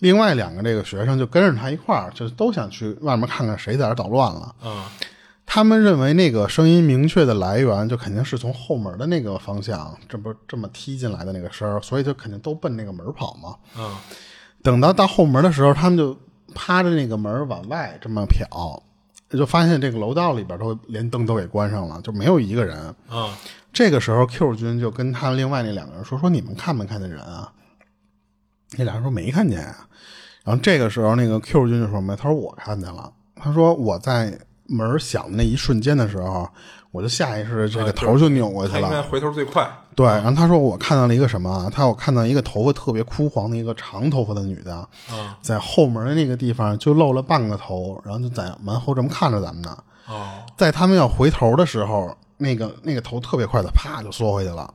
Speaker 1: 另外两个这个学生就跟着他一块儿，就都想去外面看看谁在这儿捣乱了。
Speaker 2: 啊
Speaker 1: 他们认为那个声音明确的来源就肯定是从后门的那个方向，这不这么踢进来的那个声儿，所以就肯定都奔那个门儿跑嘛。
Speaker 2: 啊
Speaker 1: 等到到后门的时候，他们就趴着那个门儿往外这么瞟，就发现这个楼道里边都连灯都给关上了，就没有一个人。
Speaker 2: 啊
Speaker 1: 这个时候，Q 君就跟他另外那两个人说：“说你们看没看见人啊？”那俩人说没看见啊。然后这个时候，那个 Q 君就说什么？他说我看见了。他说我在门儿响的那一瞬间的时候，我就下意识地这个头啊就扭过去
Speaker 2: 他
Speaker 1: 了。
Speaker 2: 应该回头最快。
Speaker 1: 对，然后他说我看到了一个什么啊？他说我看到一个头发特别枯黄的一个长头发的女的，
Speaker 2: 啊
Speaker 1: 在后门的那个地方就露了半个头，然后就在门后这么看着咱们呢。
Speaker 2: 哦，
Speaker 1: 在他们要回头的时候，那个那个头特别快的啪就缩回去了。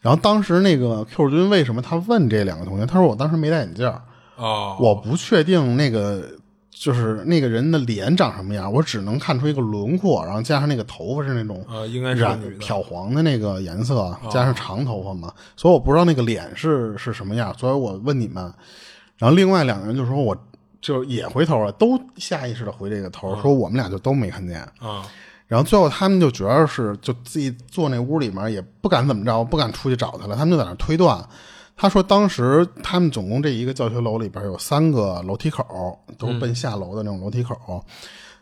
Speaker 1: 然后当时那个 Q 君为什么他问这两个同学？他说我当时没戴眼镜儿，
Speaker 2: 哦，
Speaker 1: 我不确定那个就是那个人的脸长什么样，我只能看出一个轮廓，然后加上那个头发是那种
Speaker 2: 呃，应该是哦
Speaker 1: 染
Speaker 2: 女的，
Speaker 1: 漂黄的那个颜色，加上长头发嘛，所以我不知道那个脸是是什么样，所以我问你们。然后另外两个人就说我就也回头了，都下意识的回这个头，
Speaker 2: 哦
Speaker 1: 说我们俩就都没看见。
Speaker 2: 啊，
Speaker 1: 然后最后他们就主要是就自己坐那屋里面也不敢怎么着，不敢出去找他了，他们就在那儿推断。他说当时他们总共这一个教学楼里边有三个楼梯口，都是奔下楼的那种楼梯口。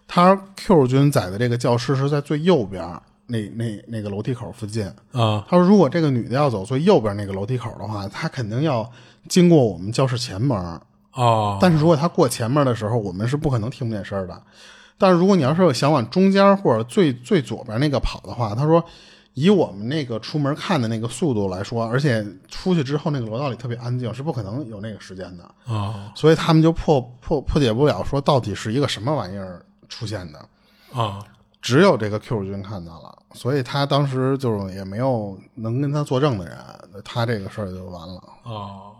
Speaker 1: 他 Q 君在的这个教室是在最右边那那那个楼梯口附近。
Speaker 2: 啊，
Speaker 1: 他说，如果这个女的要走最右边那个楼梯口的话，她肯定要经过我们教室前门。
Speaker 2: 哦，
Speaker 1: 但是如果她过前面的时候，我们是不可能听见声儿的。但是如果你要是想往中间或者最最左边那个跑的话，他说，以我们那个出门看的那个速度来说，而且出去之后那个楼道里特别安静，是不可能有那个时间的。
Speaker 2: 啊
Speaker 1: 所以他们就破破破解不了说到底是一个什么玩意儿出现的，
Speaker 2: 啊，
Speaker 1: 只有这个 Q 君看到了，所以他当时就是也没有能跟他作证的人，他这个事儿就完了。
Speaker 2: 哦，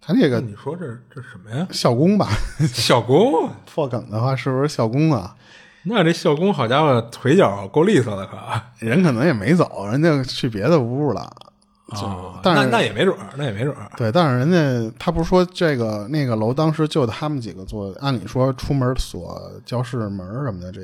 Speaker 1: 他这
Speaker 2: 那
Speaker 1: 个？
Speaker 2: 你说这这什 么呀
Speaker 1: 校工吧，
Speaker 2: 校工，
Speaker 1: 破梗的话是不是校工啊？
Speaker 2: 那这校工好家伙，腿脚够利索的可。
Speaker 1: 人可能也没走，人家去别的屋了。
Speaker 2: 啊，
Speaker 1: 但是
Speaker 2: 那那也没准儿，那也没准儿。
Speaker 1: 对，但是人家他不是说这个那个楼当时就他们几个坐，按理说出门锁教室门什么的，这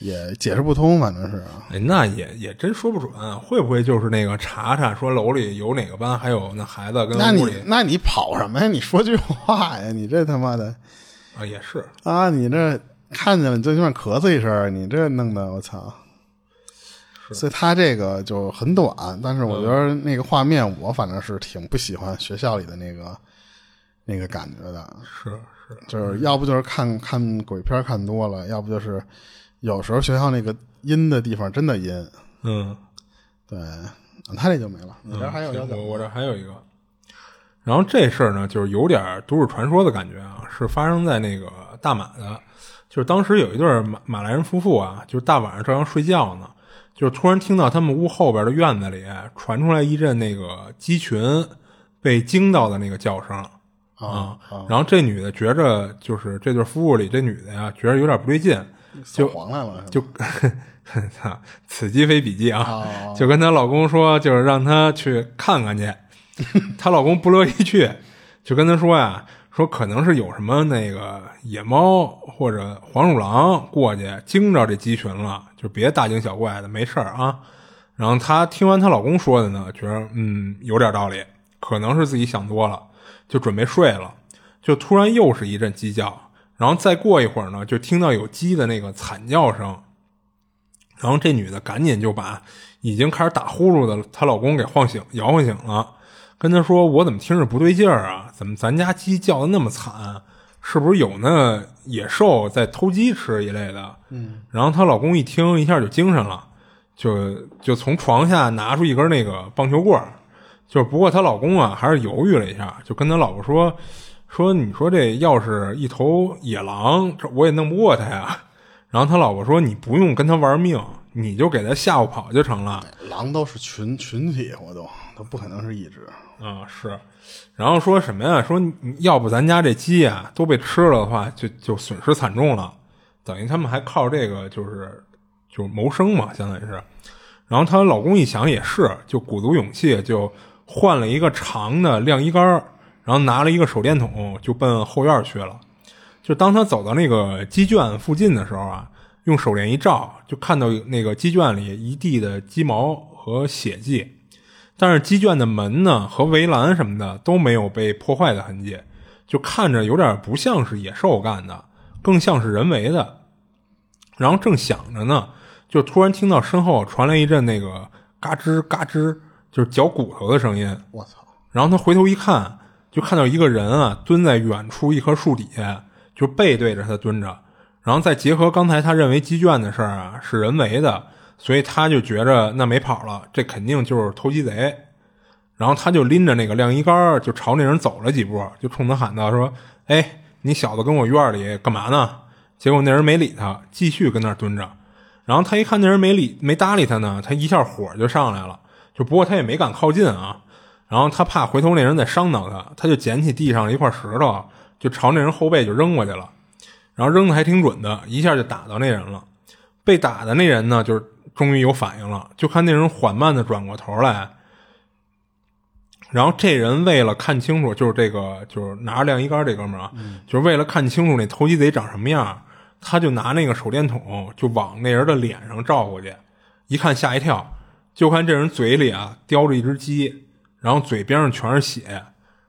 Speaker 1: 也解释不通，反正是啊。
Speaker 2: 哎，那也也真说不准，会不会就是那个查查说楼里有哪个班还有那孩子跟
Speaker 1: 那你
Speaker 2: 屋里
Speaker 1: 那你跑什么呀？你说句话呀！你这他妈的
Speaker 2: 啊也是，
Speaker 1: 啊！你这看见了，你最起码咳嗽一声，你这弄的我操！所以他这个就很短，但是我觉得
Speaker 2: 嗯
Speaker 1: 那个画面，我反正是挺不喜欢学校里的那个那个感觉的，
Speaker 2: 是是，
Speaker 1: 就是要不就是看看鬼片看多了，要不就是有时候学校那个阴的地方真的阴。
Speaker 2: 嗯，
Speaker 1: 对，他这就没了。嗯你这还有要
Speaker 2: 行
Speaker 1: 讲
Speaker 2: 我
Speaker 1: 吗？
Speaker 2: 我这还有一个。然后这事儿呢，就是有点儿都市传说的感觉啊，是发生在那个大马的，就是当时有一对儿马马来人夫妇啊，就是大晚上照样睡觉呢，就是突然听到他们屋后边的院子里传出来一阵那个鸡群被惊到的那个叫声，
Speaker 1: 啊
Speaker 2: 然后这女的觉着就是这对夫妇里这女的呀，觉着有点不对劲，
Speaker 1: 就黄来了，
Speaker 2: 就操此即非彼即啊，
Speaker 1: 啊
Speaker 2: 就跟她老公说，就是让她去看看去，她老公不乐意去，就跟她说呀，说可能是有什么那个野猫或者黄鼠狼过去惊着这鸡群了，就别大惊小怪的，没事儿啊。然后她听完她老公说的呢，觉得嗯有点道理，可能是自己想多了，就准备睡了，就突然又是一阵鸡叫，然后再过一会儿呢，就听到有鸡的那个惨叫声，然后这女的赶紧就把已经开始打呼噜的她老公给晃醒、摇晃醒了，跟他说：“我怎么听着不对劲儿啊？怎么咱家鸡叫的那么惨？是不是有那野兽在偷鸡吃一类的？”嗯，然后她老公一听，一下就精神了，就就从床下拿出一根那个棒球棍儿，就是不过她老公啊还是犹豫了一下，就跟她老婆说：“说你说这要是一头野狼，这我也弄不过他呀。”然后她老婆说：“你不用跟他玩命，你就给他吓唬跑就成了。”
Speaker 1: 狼都是群群体活动，它不可能是一只。
Speaker 2: 啊、是，然后说什么呀？说你要不咱家这鸡啊都被吃了的话，就就损失惨重了，等于他们还靠这个就是就是谋生嘛，相当于是。然后她老公一想也是，就鼓足勇气，就换了一个长的晾衣杆儿，然后拿了一个手电筒，就奔后院去了。就当他走到那个鸡圈附近的时候啊，用手电一照，就看到那个鸡圈里一地的鸡毛和血迹。但是鸡圈的门呢和围栏什么的都没有被破坏的痕迹，就看着有点不像是野兽干的，更像是人为的。然后正想着呢，就突然听到身后传来一阵那个嘎吱嘎吱，就是嚼骨头的声音。
Speaker 1: 我操！
Speaker 2: 然后他回头一看，就看到一个人啊蹲在远处一棵树底下，就背对着他蹲着。然后再结合刚才他认为鸡圈的事儿啊是人为的，所以他就觉着那没跑了，这肯定就是偷鸡贼。然后他就拎着那个晾衣杆儿就朝那人走了几步，就冲他喊道说：“哎，你小子跟我院里干嘛呢？结果那人没理他，继续跟那儿蹲着。然后他一看那人没理没搭理他呢，他一下火就上来了，就不过他也没敢靠近啊。然后他怕回头那人再伤到他，他就捡起地上的一块石头，就朝那人后背就扔过去了。然后扔的还挺准的，一下就打到那人了。被打的那人呢，就是终于有反应了，就看那人缓慢的转过头来。然后这人为了看清楚，就是这个就是拿着晾衣杆这哥们儿啊，就是为了看清楚那偷鸡贼长什么样，他就拿那个手电筒就往那人的脸上照过去，一看吓一跳，就看这人嘴里啊叼着一只鸡，然后嘴边上全是血，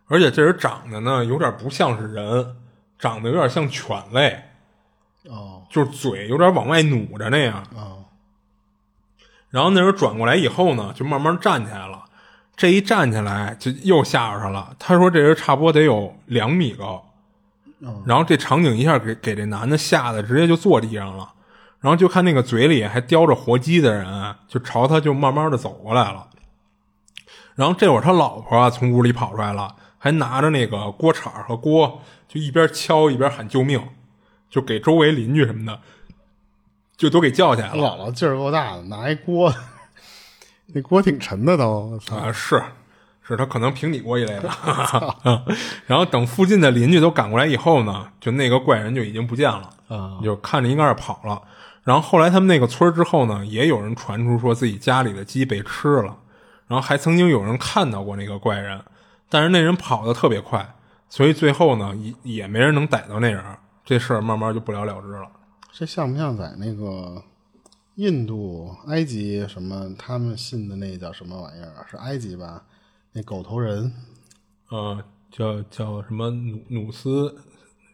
Speaker 2: 而且这人长得呢有点不像是人，长得有点像犬类，
Speaker 1: 哦
Speaker 2: 就是嘴有点往外努着那样。
Speaker 1: 哦，
Speaker 2: 然后那人转过来以后呢，就慢慢站起来了。这一站起来，就又吓着他了。他说这人差不多得有两米高。然后这场景一下给给这男的吓得直接就坐地上了。然后就看那个嘴里还叼着活鸡的人，就朝他就慢慢的走过来了。然后这会儿他老婆啊从屋里跑出来了，还拿着那个锅铲儿和锅，就一边敲一边喊救命，就给周围邻居什么的，就都给叫起来了。
Speaker 1: 姥姥劲儿够大的，拿一锅，那锅挺沉的都，我操！
Speaker 2: 啊、是是，他可能平底锅一类的。嗯然后等附近的邻居都赶过来以后呢，就那个怪人就已经不见了，
Speaker 1: 啊
Speaker 2: 就看着应该是跑了。然后后来他们那个村儿之后呢，也有人传出说自己家里的鸡被吃了，然后还曾经有人看到过那个怪人，但是那人跑得特别快，所以最后呢也也没人能逮到那人，这事儿慢慢就不了了之了。
Speaker 1: 这像不像在那个印度、埃及什么他们信的那叫什么玩意儿？啊是埃及吧？那狗头人，
Speaker 2: 呃，叫叫什么努努斯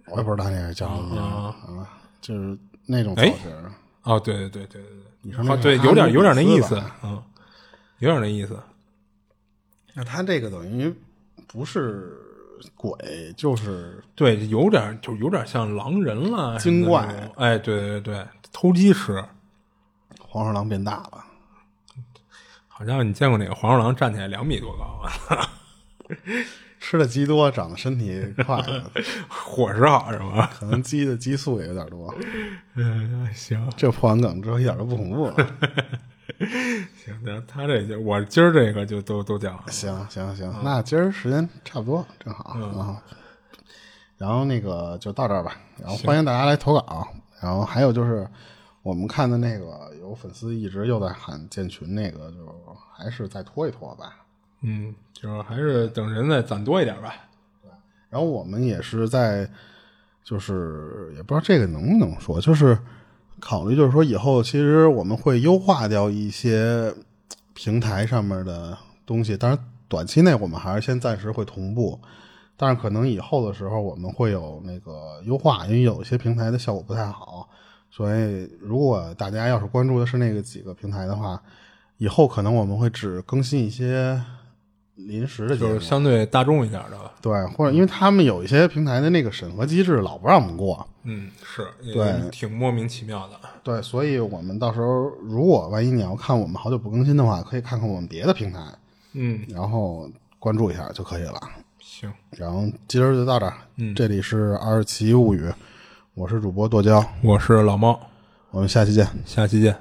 Speaker 1: 我也不知道那个叫什么
Speaker 2: 啊
Speaker 1: 啊，就是那种造
Speaker 2: 哎
Speaker 1: 型儿。
Speaker 2: 哦，对对对对对对，你
Speaker 1: 说那是
Speaker 2: 对，
Speaker 1: 阿
Speaker 2: 有点
Speaker 1: 努
Speaker 2: 有点那
Speaker 1: 比斯
Speaker 2: 意思
Speaker 1: 吧，
Speaker 2: 嗯，有点那意思，
Speaker 1: 那他这个等于不是鬼，就是
Speaker 2: 对，有点就有点像狼人了，啊
Speaker 1: 精怪
Speaker 2: 什么的那种，哎，对对对，偷鸡吃。
Speaker 1: 黄鼠狼变大了。
Speaker 2: 好家伙，你见过哪个黄鼠狼站起来两米多高啊？
Speaker 1: 吃的鸡多，长得身体快，
Speaker 2: 伙食好是吗？
Speaker 1: 可能鸡的激素也有点多。哎
Speaker 2: 嗯，行
Speaker 1: 这破完梗之后一点都不恐怖了。
Speaker 2: 行，那他这就我今儿这个就都都讲完了。
Speaker 1: 行行行，那今儿时间差不多，正好啊。然后那个就到这儿吧，然后欢迎大家来投稿。然后还有就是，我们看的那个有粉丝一直又在喊建群，那个就还是再拖一拖吧。
Speaker 2: 嗯，就是还是等人再攒多一点吧。
Speaker 1: 然后我们也是在，就是也不知道这个能不能说，就是考虑，就是说以后其实我们会优化掉一些平台上面的东西，当然短期内我们还是先暂时会同步，但是可能以后的时候我们会有那个优化，因为有一些平台的效果不太好，所以如果大家要是关注的是那个几个平台的话，以后可能我们会只更新一些临时的节
Speaker 2: 就
Speaker 1: 目，
Speaker 2: 是相对大众一点的吧，
Speaker 1: 对，或者因为他们有一些平台的那个审核机制老不让我们过，
Speaker 2: 嗯，是，也
Speaker 1: 对
Speaker 2: 挺莫名其妙的，
Speaker 1: 对，所以我们到时候如果万一你要看我们好久不更新的话，可以看看我们别的平台，
Speaker 2: 嗯，
Speaker 1: 然后关注一下就可以了。
Speaker 2: 行，
Speaker 1: 然后今儿就到这儿，
Speaker 2: 嗯
Speaker 1: 这里是《二十七物语》，我是主播剁椒，
Speaker 2: 我是老猫，
Speaker 1: 我们下期见。
Speaker 2: 下期见。